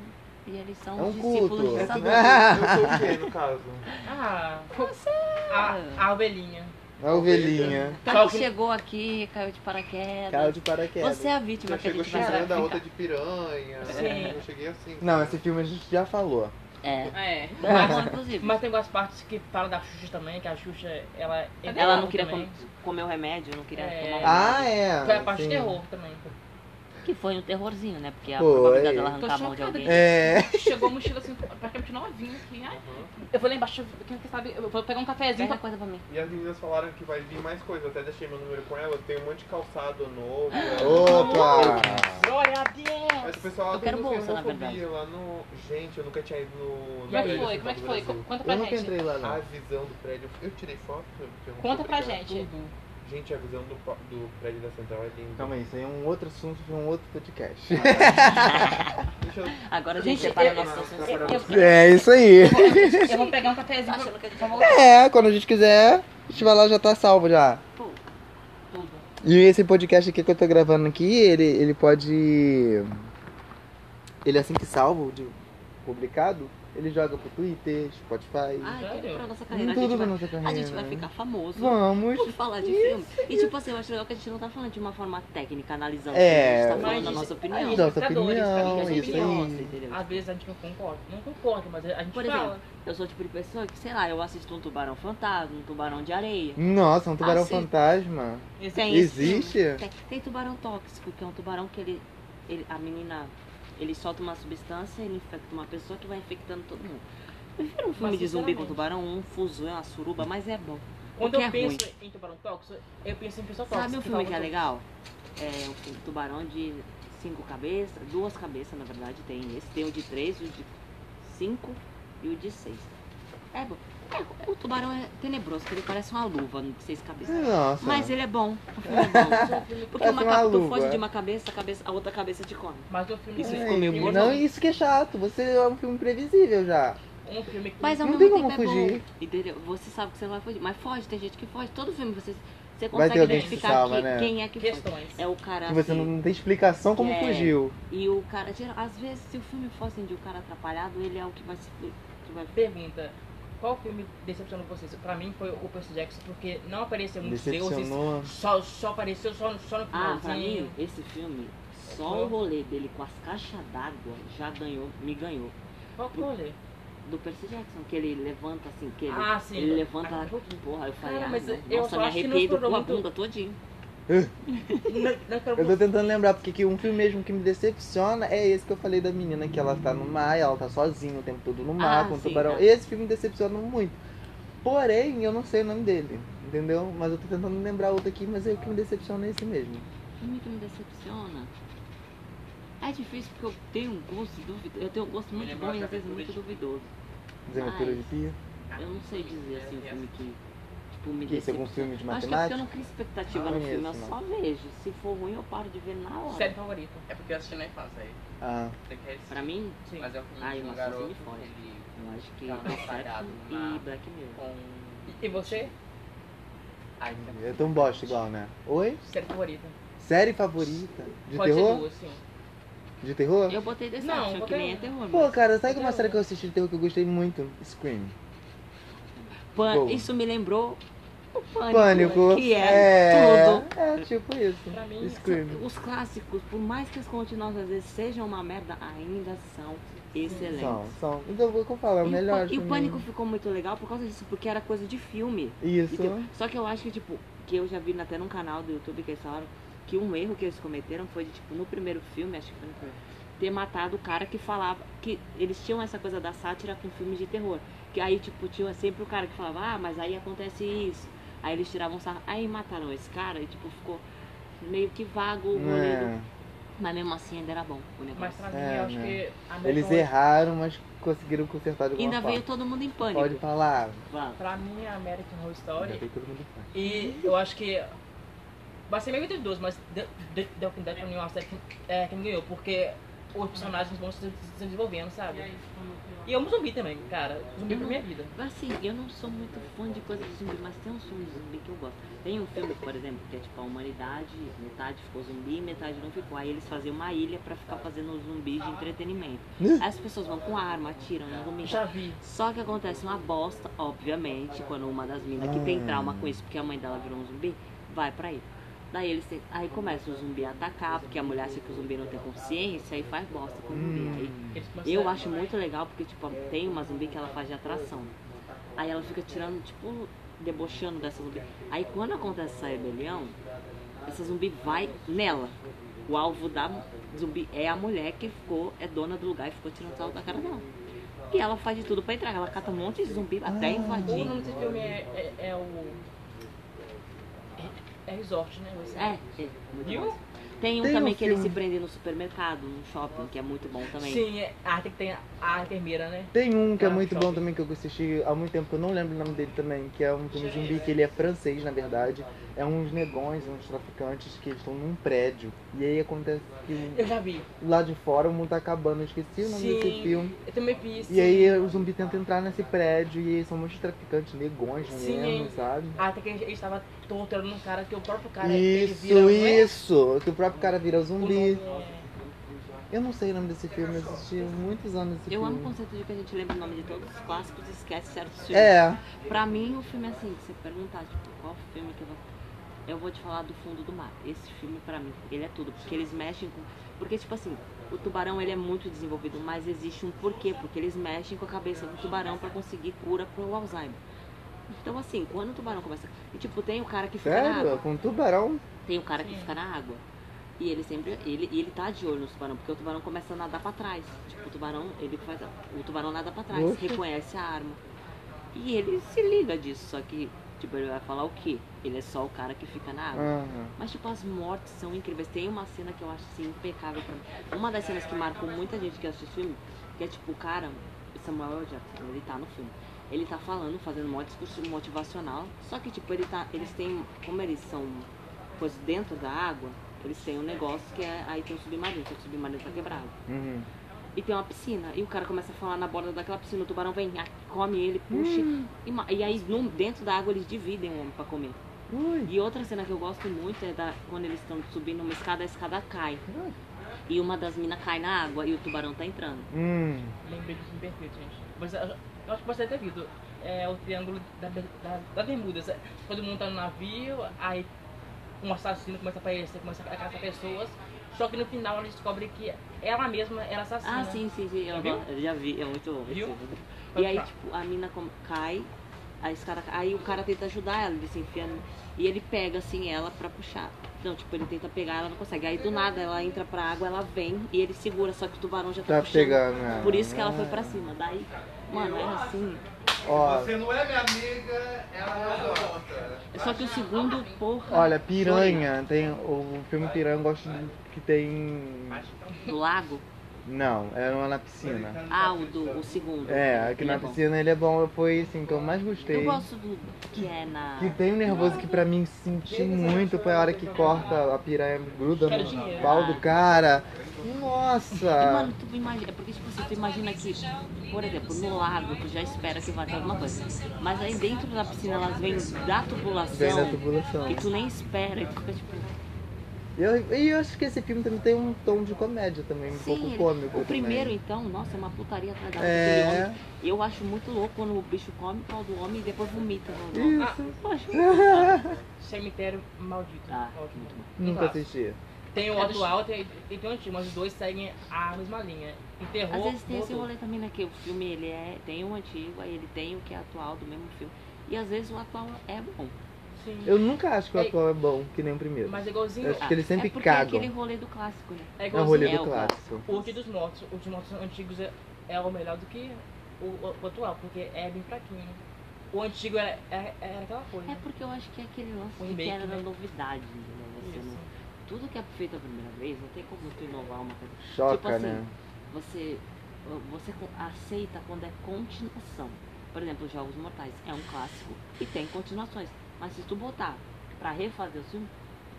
e eles são
É um
discípulos
culto.
de
É tudo
Satanás.
eu sou o quê, no caso?
Ah,
é.
a, a ovelhinha.
A ovelhinha.
Tá
Só
que
que-
chegou aqui, caiu de paraquedas.
Caiu de paraquedas.
Você é a vítima
Já
que a
chegou
gente vai
chegando, a
ficar.
outra de piranha.
Sim.
Eu cheguei assim.
Não, esse filme a gente já falou.
É.
É.
Tá bom, inclusive.
Mas tem algumas partes que falam da Xuxa também, que a Xuxa, ela... é
ela não
terror
queria
também.
com- comer o remédio, não queria
É.
tomar o
Ah,
remédio.
é.
Foi a parte
sim.
de terror também.
Que foi um terrorzinho, né? Porque a
Foi.
probabilidade dela
Tô
arrancar a mão de
chocada.
alguém.
É.
Chegou a mochila assim, praticamente novinha. Assim, ai,
Uhum.
eu vou lá embaixo, quem sabe, eu vou pegar um cafezinho.
Pega a
Pra...
coisa pra mim.
E as meninas falaram que vai vir mais coisa. Eu até deixei meu número com elas. Tem um monte de calçado novo.
Opa!
Glória a Deus!
Mas o pessoal
Eu
tem
quero bolsa, na
xenofobia
verdade.
lá no. Gente, eu nunca tinha ido no.
Como é que
no
foi?
Brasil,
Como é que
no
foi?
Brasil.
Conta pra
Eu nunca
gente.
entrei lá,
A
não.
visão do prédio. Eu tirei foto. porque eu não
Conta
sou
pra
obrigado.
gente.
Gente, a visão do, po- do prédio da central é linda.
Calma aí, isso aí é um outro assunto de um outro podcast.
Deixa eu.
Agora a
Gente,
gente separa
eu-
nosso
eu-
assunto.
eu-
É, isso aí.
Eu vou pegar um cafezinho, pra- pra voltar
É, quando a gente quiser, a gente vai lá já tá salvo já.
tudo.
E esse podcast aqui que eu tô gravando aqui, ele, ele pode. Ele assim que salvo, de publicado, ele joga pro Twitter, Spotify.
Ai, tudo pra nossa carreira.
em
Ah, A gente
tudo na
vai,
nossa carreira. né?
a gente vai ficar famoso.
Vamos.
Por falar de filme. E tipo assim, eu acho legal que a gente não tá falando de uma forma técnica, analisando
É.
o filme, a gente tá falando da
Mas
nossa
a
opinião.
gente-
Nossa
Espectadores,
opinião,
tá ligado?
isso
Nossa,
aí.
entendeu?
Às vezes a gente não concorda. Não concorda, mas a gente
Por
fala.
exemplo, eu sou o tipo de pessoa que, sei lá, eu assisto um tubarão fantasma, um tubarão de areia.
Nossa, um tubarão
Ah, sim.
fantasma.
Tipo,
Tem
Existe?
esse filme. é- Tem, tem tubarão tóxico, que é um tubarão que ele, ele- A menina. Ele solta uma substância, ele infecta uma pessoa que vai infectando todo mundo. Prefiro um filme
Mas,
de zumbi com
sinceramente-
tubarão, um fuso, é uma suruba, mas é bom.
Quando
Porque
eu
é
penso em tubarão tóxico, eu penso em pessoa tóxica.
Sabe um filme que é
fala
legal? É um filme tubarão de cinco cabeças, duas cabeças na verdade, tem esse, tem o de três, o de cinco e o de seis. É bom. É, o tubarão é tenebroso, que ele parece uma luva de seis cabeças.
Nossa.
Mas ele é bom. O filme é bom. Porque
Parece
uma
uma
capa, tu
luva.
foge de uma cabeça, a, cabeça, a outra cabeça te come.
Mas um filme,
Isso
um,
ficou
Ai,
meio
filme,
Não, isso que é chato. Você é um filme previsível já.
um filme que
Mas ao
Não
mesmo
tem
tempo
como
é
fugir.
bom. Entendeu? Você sabe que você não vai fugir. Mas foge, tem gente que foge. Todo filme você, você
Vai ter
consegue
alguém que se
identificar
salva,
que-
né?
quem é que foge.
questões.
É o cara
Que Tipo, você
assim,
não tem explicação como
É.
fugiu.
E o cara, geral- às vezes, se o filme fosse de um cara atrapalhado, ele é o que vai se. Que vai...
Pergunta. Qual filme decepcionou vocês? Pra mim foi o Percy Jackson, porque não apareceu muitos
um
deuses.
Decepcionou.
Só, só apareceu só, só no
Ah, pra
finalzinho.
mim, esse filme, só o rolê dele com as caixas d'água já ganhou, me ganhou.
Qual que é eu olhei?
Do Percy Jackson, que ele levanta assim, que ele,
Ah, sim.
ele levanta lá.
Ah,
Porra, eu falei,
Cara,
ah,
mas
não.
eu
nossa,
só
me
acho que não
arrependo com
explorou
a
muito-
bunda todinho.
Não, não,
Eu tô tentando lembrar, porque que um filme mesmo que me decepciona é esse que eu falei da menina que ela tá no mar, ela tá sozinha o tempo todo no mar,
Ah,
com o
sim,
tubarão.
tá.
Esse filme me decepciona muito. Porém, eu não sei o nome dele, entendeu? Mas eu tô tentando lembrar outro aqui, mas é o que me decepciona é esse mesmo.
Filme que me decepciona. É difícil porque eu tenho um gosto duvidoso. Eu tenho um gosto muito
lembro
bom e
da
às vezes
aventura
muito
de-
duvidoso.
Desaventura de
Mas-
Pia.
Eu não sei dizer assim um filme que tipo, me
Que esse é algum
decepciona.
filme de
Acho que é porque eu
matemática.
não crio expectativa
Ah,
no
isso,
filme, eu
não.
só vejo. Se for ruim, eu paro de ver na hora.
Série favorita.
É porque eu assisti na infância aí.
Ah,
Tem que
Pra mim,
Sim.
Mas é o filme
Ah,
de
eu
um
acho
garoto.
assim de fora.
Ele
eu acho que
Tá,
Inception
apagado,
e
mas-
Black Mirror.
com.
E você?
Ai,
é tão bosta igual, né? Oi?
Série favorita.
Série favorita? De
é Pode
terror?
ser duas, sim.
De terror?
Eu botei
Não,
Deception, que
qualquer
nem é
um.
terror,
Pô,
mas...
cara, sabe uma série que eu assisti de terror que eu gostei muito? Scream.
Pan-
boa.
Isso me lembrou o Pânico,
Pânico.
que é, tudo. é
É, tipo isso.
Pra mim,
Scream.
Os clássicos, por mais que os continuados às vezes sejam uma merda, ainda são excelentes.
São, são. Então vou falar, é o
E o
melhor.
pân- E o
filme.
Pânico ficou muito legal por causa disso, porque era coisa de filme.
Isso. É.
Entendeu? Só que eu acho que, tipo, que eu já vi até num canal do YouTube que eles falaram que um erro que eles cometeram foi de, tipo, no primeiro filme, acho que foi no primeiro, ter matado o cara que falava. Que eles tinham essa coisa da sátira com filmes de terror. Que aí, tipo, tinha sempre o cara que falava, ah, mas aí acontece isso. Aí eles tiravam um sarro. Aí mataram esse cara e, tipo, ficou meio que vago o rolê. do-
É.
Mas mesmo assim ainda era bom o
Mas
negócio.
pra mim,
É,
eu acho
né?
que. American
Eles
Horror-
erraram, mas conseguiram consertar de alguma
Ainda
forma.
veio todo mundo em pânico.
Pode falar.
Vá.
Pra mim, é American Horror
Ainda
Story.
veio todo mundo em pânico.
E eu acho que. Vai ser meio entre os dois, mas deu, deu, deu oportunidade pra mim uma série que, é, quem ganhou, porque os personagens vão se, se desenvolvendo, sabe? E eu amo zumbi também, cara. Zumbi pra minha vida.
Assim, eu não sou muito fã de coisa de zumbi, mas tem um filme de zumbi que eu gosto. Tem um filme, por exemplo, que é tipo a humanidade, metade ficou zumbi, metade não ficou. Aí eles fazem uma ilha pra ficar fazendo zumbi de entretenimento. Aí as pessoas vão com arma, atiram, não vou mentir.
Já vi.
Só que acontece uma bosta, obviamente, quando uma das minas que tem trauma com isso, porque a mãe dela virou um zumbi, vai pra ilha. Daí eles têm- aí começa o zumbi a atacar, porque a mulher acha que o zumbi não tem consciência, aí faz bosta com o zumbi. Aí
Eles começaram-
eu acho muito legal porque, tipo, tem uma zumbi que ela faz de atração. Aí ela fica tirando, tipo, debochando dessa zumbi. Aí quando acontece essa rebelião, essa zumbi vai nela. O alvo da zumbi é a mulher que ficou, é dona do lugar e ficou tirando sal da cara dela. E ela faz de tudo pra entrar. Ela cata um monte de zumbi
Ah.
até
O
invadir.
nome desse filme é, é, é o. É, é Resort, né? Esse-
É, é, muito
Viu?
bom. Tem um
Tem um
também que eles se
filme.
prendem no supermercado, no shopping, que é muito bom também.
Sim, é a arte que tem a, a enfermeira, né?
Tem um que é
Ah,
muito
shopping.
bom também que eu assisti há muito tempo, que eu não lembro o nome dele também, que é um filme zumbi que ele é francês, na verdade. É uns negões, uns traficantes que eles estão num prédio. E aí acontece que
Eu já vi.
lá de fora o mundo tá acabando, eu esqueci o nome desse
Sim.
filme.
Eu também vi.
E aí o zumbi tenta entrar nesse prédio e aí são muitos traficantes, negões
Sim.
mesmo, sabe?
Até que ele estava torturando um cara que o próprio cara ele
isso,
vira, não é?
isso! Que o próprio cara vira
O
zumbi.
nome é-
Eu não sei o nome desse filme, eu assisti há muitos anos esse
Eu amo o
filme.
conceito de que a gente lembra o nome de todos os clássicos e esquece certos filmes.
É,
Pra mim, o filme é assim, se você perguntar, tipo, qual filme que eu vou... Eu vou te falar do Fundo do Mar. Esse filme, pra mim, ele é tudo. Porque eles mexem com... Porque, tipo assim, o tubarão, ele é muito desenvolvido, mas existe um porquê. Porque eles mexem com a cabeça do tubarão pra conseguir cura pro Alzheimer. Então, assim, quando o tubarão começa... E, tipo, tem o cara que fica na água.
sério? Com tubarão?
Tem o cara que
Sim.
fica na água. E ele sempre. Ele, e ele tá de olho no tubarão, porque o tubarão começa a nadar pra trás. Tipo, o tubarão, ele faz. a- O tubarão nada pra trás,
Oxe.
reconhece a arma. E ele se liga disso, só que, tipo, ele vai falar o quê? Ele é só o cara que fica na água.
Aham.
Mas, tipo, as mortes são incríveis. Tem uma cena que eu acho, assim, impecável pra mim. Uma das cenas que marcou muita gente que assiste o filme, que é, tipo, o cara, o Samuel L. Jackson, ele tá no filme. Ele tá falando, fazendo um maior discurso motivacional. Só que, tipo, ele tá, eles têm, como eles são coisas dentro da água, eles têm um negócio que é, aí tem um submarino, só que o submarino tá quebrado.
Uhum.
E tem uma piscina, e o cara começa a falar na borda daquela piscina, o tubarão vem, ah, come ele, puxa. E, ma- e aí, num- dentro da água, eles dividem o homem pra comer.
Ui.
E outra cena que eu gosto muito é da, quando eles estão subindo uma escada, a escada cai. E uma das minas cai na água e o tubarão tá entrando.
Hum.
Lembrei do filme perfeito, gente. Mas eu eu acho que você deve ter visto. É o triângulo da, Ber- da, da Bermudas. Todo mundo tá no navio, aí um assassino começa a aparecer, começa a caçar pessoas. Só que no final eles descobrem que ela mesma era assassina.
Ah, sim, sim, sim. Eu,
Viu?
eu já vi, é muito bom. esse
Viu?
filme.
Vai
E aí,
pra-
tipo, a mina como- cai, a escada cai, aí o cara tenta ajudar ela, ele se enfia. no- E ele pega assim ela pra puxar. Não, tipo, ele tenta pegar, ela não consegue. Aí do nada ela entra pra água, ela vem e ele segura, só que o tubarão já tá,
Tá
puxando.
chegando, né?
Por isso que ela foi pra cima. Daí, mano, era assim.
Ó,
Você não é minha amiga, ela é adota.
Só que o segundo, porra.
olha, Piranha, tem o filme Piranha, eu gosto do- que tem...
Do lago.
Não, é uma na
Tá
piscina.
Ah, o, do, o segundo.
É, aqui
Ele
na
bom.
piscina ele é bom, foi assim que eu mais
Eu
gostei.
gosto do que é na.
Que tem um nervoso que pra mim senti muito, foi a hora que corta a piranha, gruda no pau do cara.
E,
Nossa!
mano, tu imagina. É porque, tipo assim, tu imagina que, por exemplo, no lago, tu já espera que vai ter alguma coisa. Mas aí dentro da piscina elas vêm da
Vem da
tubulação
tubulação.
que tu nem espera. E tu fica tipo.
E eu, e eu acho que esse filme também tem um tom de comédia também, um
Sim,
pouco
ele-
cômico.
O
também.
primeiro, então, nossa, é uma putaria atrás da outra. aquele homem.
É.
Eu acho muito louco quando o bicho come o pau do homem e depois vomita. Ah, No no-
Isso.
Cemitério Maldito.
Ah,
Ótimo.
Nunca assisti.
Tem o
É
atual tem- e tem o antigo, mas os dois seguem a mesma linha. Enterrou,
Às vezes tem esse
voltou.
rolê também, né? Que o filme ele é, tem o antigo, aí ele tem o que é atual do mesmo filme. E às vezes o atual é bom.
Sim.
Eu nunca acho que o
Ei.
atual é bom, que nem o primeiro.
Mas é
Eu
igualzinho,
acho que eles sempre
é porque é
cagam.
aquele rolê do clássico, né?
é
É o rolê
igualzinho
É
do
o
clássico.
o Dia dos Mortos. O dos Mortos antigos é, é o melhor do que o, o- o atual, porque é bem fraquinho. né? O antigo era, era, era aquela coisa.
É porque eu acho que é aquele lance
O
de que
remake,
era
né?
novidade, entendeu? Você
Isso.
não- tudo que é feito a primeira vez, não tem como tu inovar uma coisa.
Choca,
Tipo assim,
né?
Você, você co- aceita quando é continuação. Por exemplo, Jogos Mortais é um clássico e tem continuações. Mas se tu botar pra refazer o filme,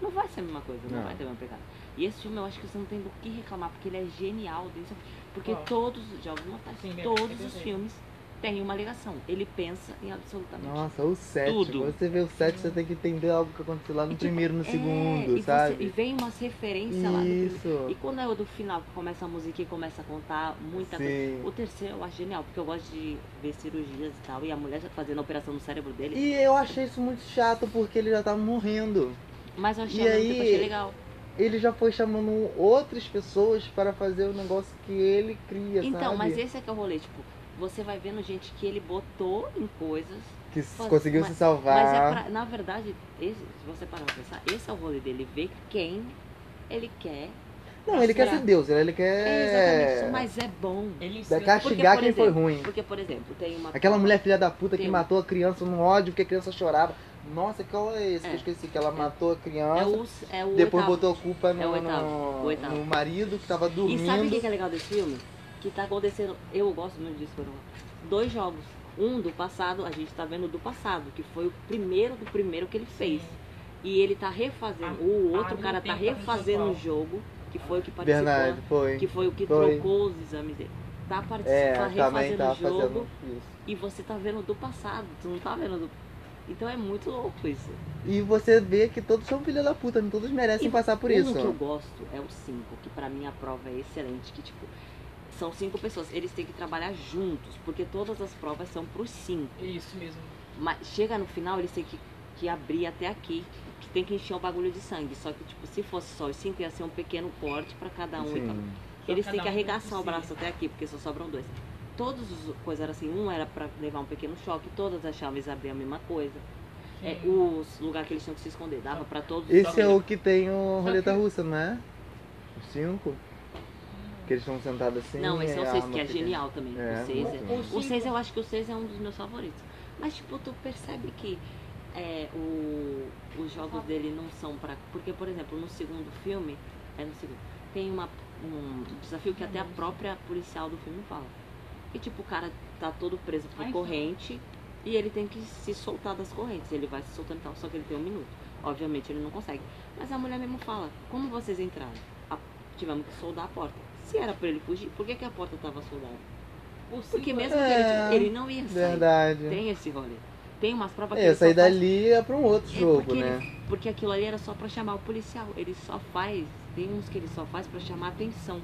não vai ser a mesma coisa, não,
Não.
vai ter a mesma pegada. E esse filme eu acho que você não tem do que reclamar, porque ele é genial. desse- Porque
Qual?
todos os Jogos Mortais,
Sim, é- é
todos os
perfeito.
filmes têm uma ligação. Ele pensa em absolutamente
Nossa, o sétimo.
Tudo.
Você vê o sétimo, você tem que entender algo que aconteceu lá no
E tipo,
primeiro, no
É,
segundo,
e você- e
sabe?
vem umas referências lá. do primeiro. E
Isso.
quando é o do final, que começa a musiquinha e começa a contar muita coisa.
Sim.
O terceiro eu acho genial, porque eu gosto de ver cirurgias e tal, e a mulher já fazendo a operação no cérebro dele.
E eu achei isso muito chato porque ele já tava morrendo.
Mas eu achei,
e
ao mesmo tempo,
aí-
achei legal.
Ele já foi chamando outras pessoas para fazer o negócio que ele cria,
Então,
sabe?
mas esse é que é o rolê, tipo, você vai vendo gente que ele botou em coisas,
Que s-
Mas-
conseguiu se
mas-
salvar.
mas é pra, na verdade, esse- se você parar pra pensar, esse é o rolê dele, ver quem ele quer.
Não, ele quer
mostrar.
ser Deus, ele
É, exatamente
quer.
isso, mas é bom.
Ele ensina
Da castigar
por
quem foi
exemplo,
ruim.
Porque, por exemplo, tem uma.
Aquela mulher filha da puta que
Tem.
matou a criança no ódio porque a criança chorava. Nossa, aquela é esse que eu
É.
esqueci, que ela matou a criança.
É o, é o oitavo.
Depois botou a culpa no,
É o oitavo,
no-
o oitavo.
no marido que tava dormindo.
E sabe o que que é legal desse filme? Que tá acontecendo, eu gosto muito disso, quando eu- dois jogos. Um do passado, a gente tá vendo do passado, que foi o primeiro do primeiro que ele fez. E ele tá refazendo,
Ah,
o outro
ah, não
cara tá
tem, tá
refazendo
muito
o
igual.
jogo, que foi o que participou,
Verdade, foi.
que foi o que
Foi.
trocou os exames dele. Tá participando,
É,
tá
também
refazendo
tava
o jogo
fazendo isso.
e você tá vendo do passado, tu não tá vendo do. Então é muito louco isso.
E você vê que todos são filha da puta, todos merecem
E
passar por
um
isso.
que eu gosto é o 5, que pra mim a prova é excelente, que tipo, são cinco pessoas, eles têm que trabalhar juntos, porque todas as provas são pros cinco.
Isso mesmo.
Mas chega no final, eles têm que, que abrir até aqui, que tem que encher o bagulho de sangue. Só que, tipo, se fosse só os cinco, ia ser um pequeno corte pra cada um. e tal.
Sim.
Eles
Só
têm
cada
que
um
arregaçar o
possível.
braço até aqui, porque só sobram dois. Todos os coisas eram assim, um era pra levar um pequeno choque, todas as chaves abriam a mesma coisa. É, os lugares que eles tinham que se esconder, dava pra todos os
Esse é
jogos.
o que tem o roleta
que-
russa, não é? Os cinco? Que eles estão sentados assim.
Não, esse é
e
o
a
6,
arma
que é
fica-
genial também.
É,
o 6
muito
é.
bom.
O 6 eu acho que o 6 é um dos meus favoritos. Mas tipo, tu percebe que é, o- os jogos dele não são pra. Porque, por exemplo, no segundo filme, é no segundo, tem uma, um desafio que até a própria policial do filme fala. E tipo, o cara tá todo preso por
Ai,
corrente e ele tem que se soltar das correntes. Ele vai se soltando e tal, só que ele tem um minuto. Obviamente ele não consegue. Mas a mulher mesmo fala, como vocês entraram? A- tivemos que soldar a porta. Se era pra ele fugir, por que, que a porta tava soldada?
O cinco
Porque mesmo
É,
que ele, ele não ia sair.
Verdade.
Tem esse rolê. Tem umas provas que
É,
ele só
sair
faz-
dali é pra um outro
É,
jogo,
porque
né?
ele- porque aquilo ali era só pra chamar o policial. Ele só faz. Tem uns que ele só faz pra chamar atenção.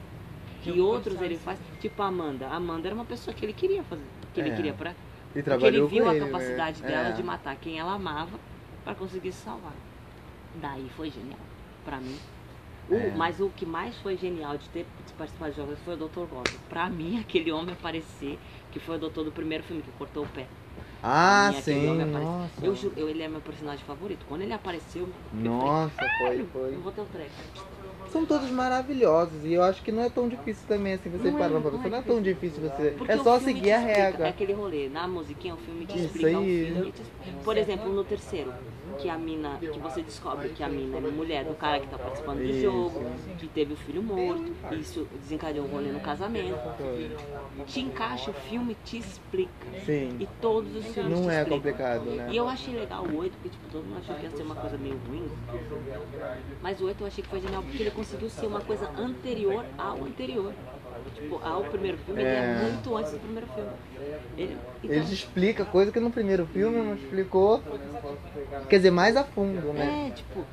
Que
E
o
outros
policial
ele
sabe.
faz. Tipo a Amanda. A Amanda era uma pessoa que ele queria fazer. Que ele
É.
queria pra.
E
Porque ele
trabalhou
viu
com
a
ele, né?
capacidade dela
É.
de matar quem ela amava pra conseguir se salvar. Daí foi genial. Pra mim. O-
É.
Mas o que mais foi genial de ter de participar de jogos foi o Dr. Gordon. Pra mim, aquele homem aparecer, que foi o doutor do primeiro filme que cortou o pé.
Ah,
Minha, aquele
sim.
homem apareceu.
Nossa.
Eu juro, eu, ele é meu personagem favorito. Quando ele apareceu,
Nossa, foi, foi.
eu vou ter um treco.
São todos maravilhosos e eu acho que não é tão difícil também assim você
Não é,
parar pra
não
pensar.
é
Não é tão difícil você.
Porque
É
o
só
filme te
seguir a
explica, É
regra.
aquele rolê, na musiquinha o filme te
Isso
explica
aí.
o filme. te explica. Por exemplo, no terceiro, que a mina, que você descobre que a mina é mulher do cara que tá participando do
Isso.
jogo, que teve o filho morto, e isso desencadeou o rolê no casamento. Te encaixa o filme, te explica. E
Sim.
todos os filmes
Não
te
é
explicam.
complicado, né?
E eu achei legal o 8, porque tipo, todo mundo achou que ia ser uma coisa meio ruim. Mas o 8 eu achei que foi genial, porque ele conseguiu ser uma coisa anterior ao anterior. Tipo, ao primeiro filme, ele
É.
é muito antes do primeiro filme. Ele, então,
Ele te explica coisa que no primeiro filme não explicou. Quer dizer, mais a fundo, né?
é, tipo,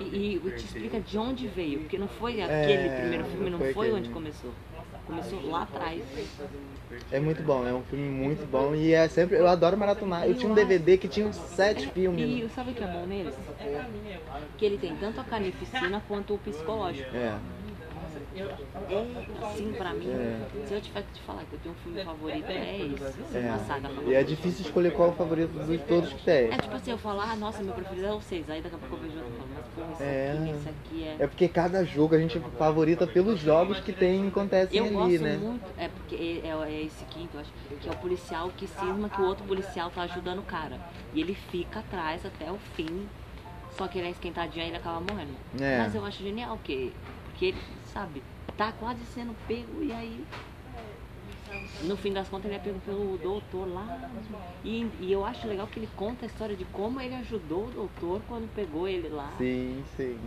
E, e, e te explica de onde veio, porque não foi aquele primeiro filme, não
É, foi
foi,
aquele.
onde começou. Começou lá atrás.
É muito bom, é um filme muito bom e é sempre. Eu adoro maratonar. Eu tinha um DVD que tinha uns sete filmes.
E sabe o que é bom neles? Que ele tem tanto a carnificina quanto o psicológico.
É.
É, assim, pra mim,
É.
se eu tiver que te falar que eu tenho um filme favorito, é esse.
É.
A saga favorita.
E é difícil escolher qual é o favorito de todos que tem.
É tipo assim, eu falo, ah, nossa, meu preferido é o 6. Aí daqui a pouco eu vejo outro e falo, mas porra, isso
É.
aqui, isso aqui é.
É porque cada jogo a gente favorita pelos jogos que tem acontecem
Eu
ali,
gosto
né?
muito, é porque é, é- é esse quinto, eu acho, que é o policial que cisma que o outro policial tá ajudando o cara. E ele fica atrás até o fim, só que ele é esquentadinho e ele acaba morrendo.
É.
Mas eu acho genial, porque, porque ele, sabe, tá quase sendo pego e aí. No fim das contas ele é pego pelo doutor lá. E, e eu acho legal que ele conta a história de como ele ajudou o doutor quando pegou ele lá.
Sim, sim.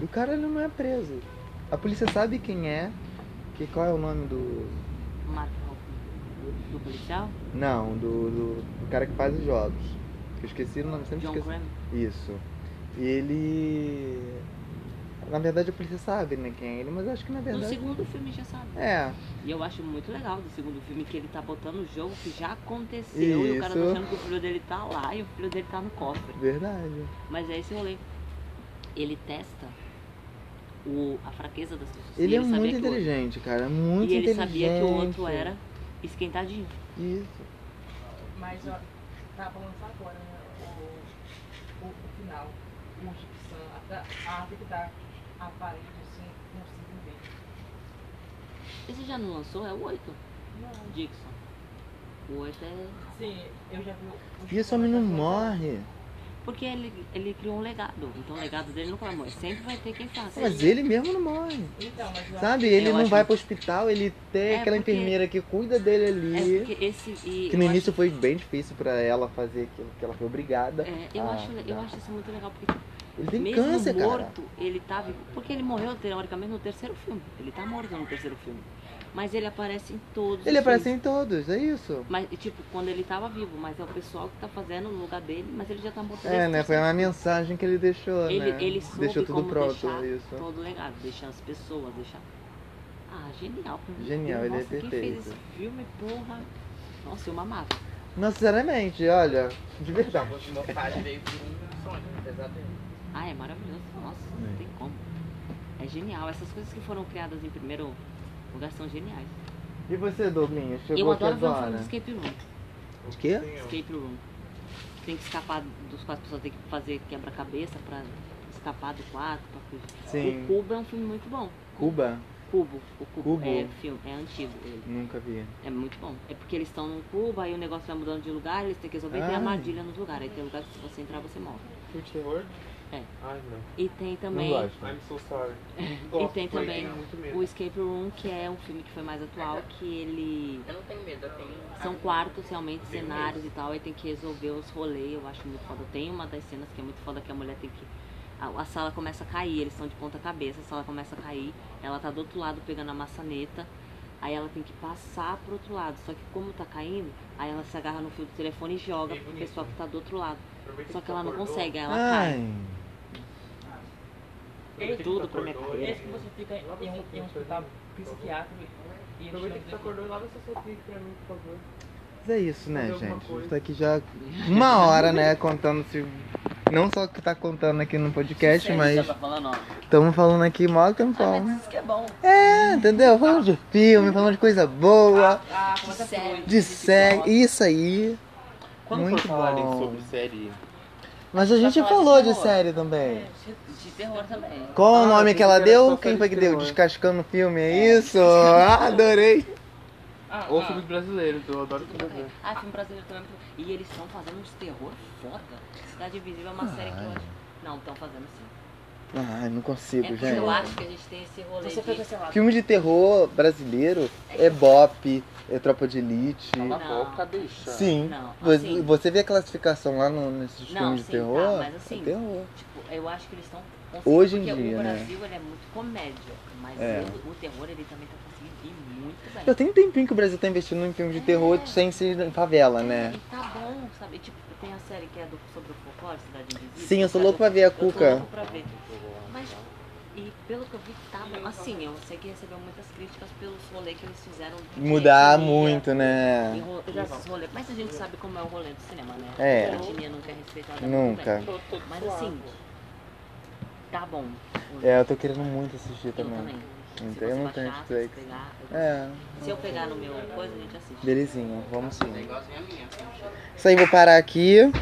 E o cara ele não é preso. A polícia sabe quem é, que qual é o nome do.
Mata o- do policial?
Não, do, do, do cara que faz os jogos. Que eu esqueci o nome, sempre
John
esqueci.
Graham.
Isso. E ele. Na verdade a polícia sabe, né, quem é ele, mas acho que na
No
verdade.
segundo filme já sabe.
É,
E eu acho muito legal do segundo filme que ele tá botando o jogo que já aconteceu e o cara
Isso.
tá achando que o filho dele tá lá e o filho dele tá no cofre.
verdade.
Mas é esse rolê. Ele testa o, a fraqueza das pessoas.
Ele,
E
é
sabia
muito
que o-
inteligente, cara. Muito
E ele
inteligente.
sabia que o outro era esquentadinho.
Isso.
Mas, ó, tá pra lançar agora, né? O, o, o final. O Gibson, até a arte que tá a parede, assim, não consigo ver.
Esse já não lançou, é o 8,
Não.
Dixon. O 8 é.
Sim, eu já vi o.
E esse homem não morre.
Porque ele, ele criou um legado. Então o legado dele nunca vai morrer. Sempre vai ter quem faça.
Mas ele mesmo não morre.
Então, mas eu
Sabe? Ele
Eu
não
acho
vai
que-
pro hospital, ele tem
É,
aquela
porque-
enfermeira que cuida dele ali.
É porque esse. E
Que no
eu acho
início foi bem difícil pra ela fazer aquilo, que ela foi obrigada.
É, eu,
Ah,
acho, eu
tá.
acho isso muito legal, porque
Ele tem
mesmo
câncer, cara.
morto, ele tá vivo. Porque ele morreu, teoricamente, no terceiro filme. Ele tá morto no terceiro filme. Mas ele aparece em todos
Ele
os
aparece
filmes.
em todos, é isso.
Mas, tipo, quando ele tava vivo, mas é o pessoal que tá fazendo no lugar dele, mas ele já tá morto
É,
desde
né?
o
Foi
terceiro
uma mensagem que ele deixou,
Ele-
né?
ele soube
deixou tudo
como
pronto, é
deixar
isso.
Todo legado, deixar as pessoas, deixar. Ah, genial. pra mim.
Genial, ele é
Nossa, Quem fez
perfeito.
esse filme, porra. Nossa, eu mamava.
Não, sinceramente, olha, de verdade.
Ah, é maravilhoso. Nossa, não tem como. É genial. Essas coisas que foram criadas em primeiro lugar são geniais.
E você, Douglinhas, chegou
eu
aqui
adoro ver um filme
agora?
de escape room.
De quê?
Escape room. Tem que escapar dos quatro pessoas, tem que fazer quebra-cabeça pra escapar do quarto, pra fugir. O
Sim.
Cubo é um filme muito bom.
Cuba?
Cubo. O Cubo,
Cubo?
é filme, é antigo ele.
Nunca vi.
É muito bom. É porque eles estão num cubo, aí o negócio vai mudando de lugar, eles têm que resolver, tem
Ai.
armadilha nos lugares. Aí tem lugar que se você entrar, você morre.
Por terror?
É.
Ai, não.
E tem
Não
também
gosto.
I'm so sorry.
E tem
mas
também
tenho muito medo.
o Escape Room, que é um filme que foi mais atual, que ele...
Eu não tenho medo, eu tenho.
São quartos, realmente, cenários e tal, aí tem que resolver os rolês, eu acho muito foda. Tem uma das cenas que é muito foda, que a mulher tem que... A, a sala começa a cair, eles estão de ponta cabeça, a sala começa a cair, ela tá do outro lado pegando a maçaneta, aí ela tem que passar pro outro lado, só que como tá caindo, aí ela se agarra no fio do telefone e joga
Bem
pro
bonito,
pessoal
né?
que tá do outro lado.
Aproveita
Só
tu
que ela não
acordou.
consegue, aí ela
Ai,
cai.
Aproveita que tu
tudo pra minha
acordou,
carreira.
Esse que você fica em um, em um hospital psiquiátrico e eles
Aproveita
chamam
que tá tu
de-
acordou e lava essa sua pique pra mim, por favor.
mas é isso, né,
Fazer alguma
gente? A gente
coisa.
tá aqui já uma hora, né, contando se... Não só o que tá contando aqui no podcast, mas
Tá falando, ó.
estamos falando aqui mó
Ah,
tempão. né?
mas isso que é bom.
É, entendeu? Falando de filme, falando de coisa boa,
Ah, conta
Sério.
tudo.
de série, isso aí.
Quando
Muito
for falarem
bom.
sobre série, É.
Mas a gente
falar de
falou de
terror.
série também.
De terror também.
Qual o
Ah,
nome
tem
que ela
que ver
deu?
só
Quem
série
foi
de
que deu?
terror.
Descascando o filme, é isso? Ah, adorei!
Ah,
ou
ah,
filmes brasileiros, eu adoro filmes brasileiros.
Ah, filme brasileiro também. é muito bom. E eles estão fazendo uns terror foda. Cidade Invisível é uma
Ah,
série que eu acho. Não, estão fazendo sim.
Ai, não
É
consigo,
porque eu
gente.
acho que a gente tem esse rolê
Você foi
de...
cancelado.
Filme de terror brasileiro é Bop, é Tropa de Elite.
Não.
Cala a boca, bicha.
Sim.
Não,
Vo-
assim-
Você vê a classificação lá no, nesses
Não,
filmes de
sim,
terror?
tá, mas assim-
É terror.
Tipo, eu acho que eles estão conseguindo,
Hoje em
porque
dia,
o
né?
Brasil ele é muito comédia, mas
É.
ele- o terror ele também tá conseguindo ir muito bem.
Já tem um tempinho que o Brasil tá investindo em
É.
filme de terror sem ser em favela, né?
E tá bom, sabe? Tipo, tem a série que é do, sobre o folclore, Cidade Invisível.
Sim, eu sou
sabe?
louco pra ver a
Eu tô
Cuca.
louco pra ver. Mas, e pelo que eu vi, tá bom. Assim, eu sei que recebeu muitas críticas pelo rolê que eles fizeram. de é
Mudar
etnia,
muito, né?
enro- esses rolê. Mas a gente sabe como é o rolê do cinema, né?
É.
A etnia nunca é respeitada. muito
Nunca.
bem. Mas assim, tá bom.
É, eu tô querendo muito assistir
Eu
também.
Se
Então,
você
eu não
baixar,
tenho
se
Netflix.
pegar, eu-
É,
Se eu pegar no meu coisa, a gente assiste.
belezinha, vamos sim.
É igualzinho a minha. assim.
Isso aí, vou parar aqui.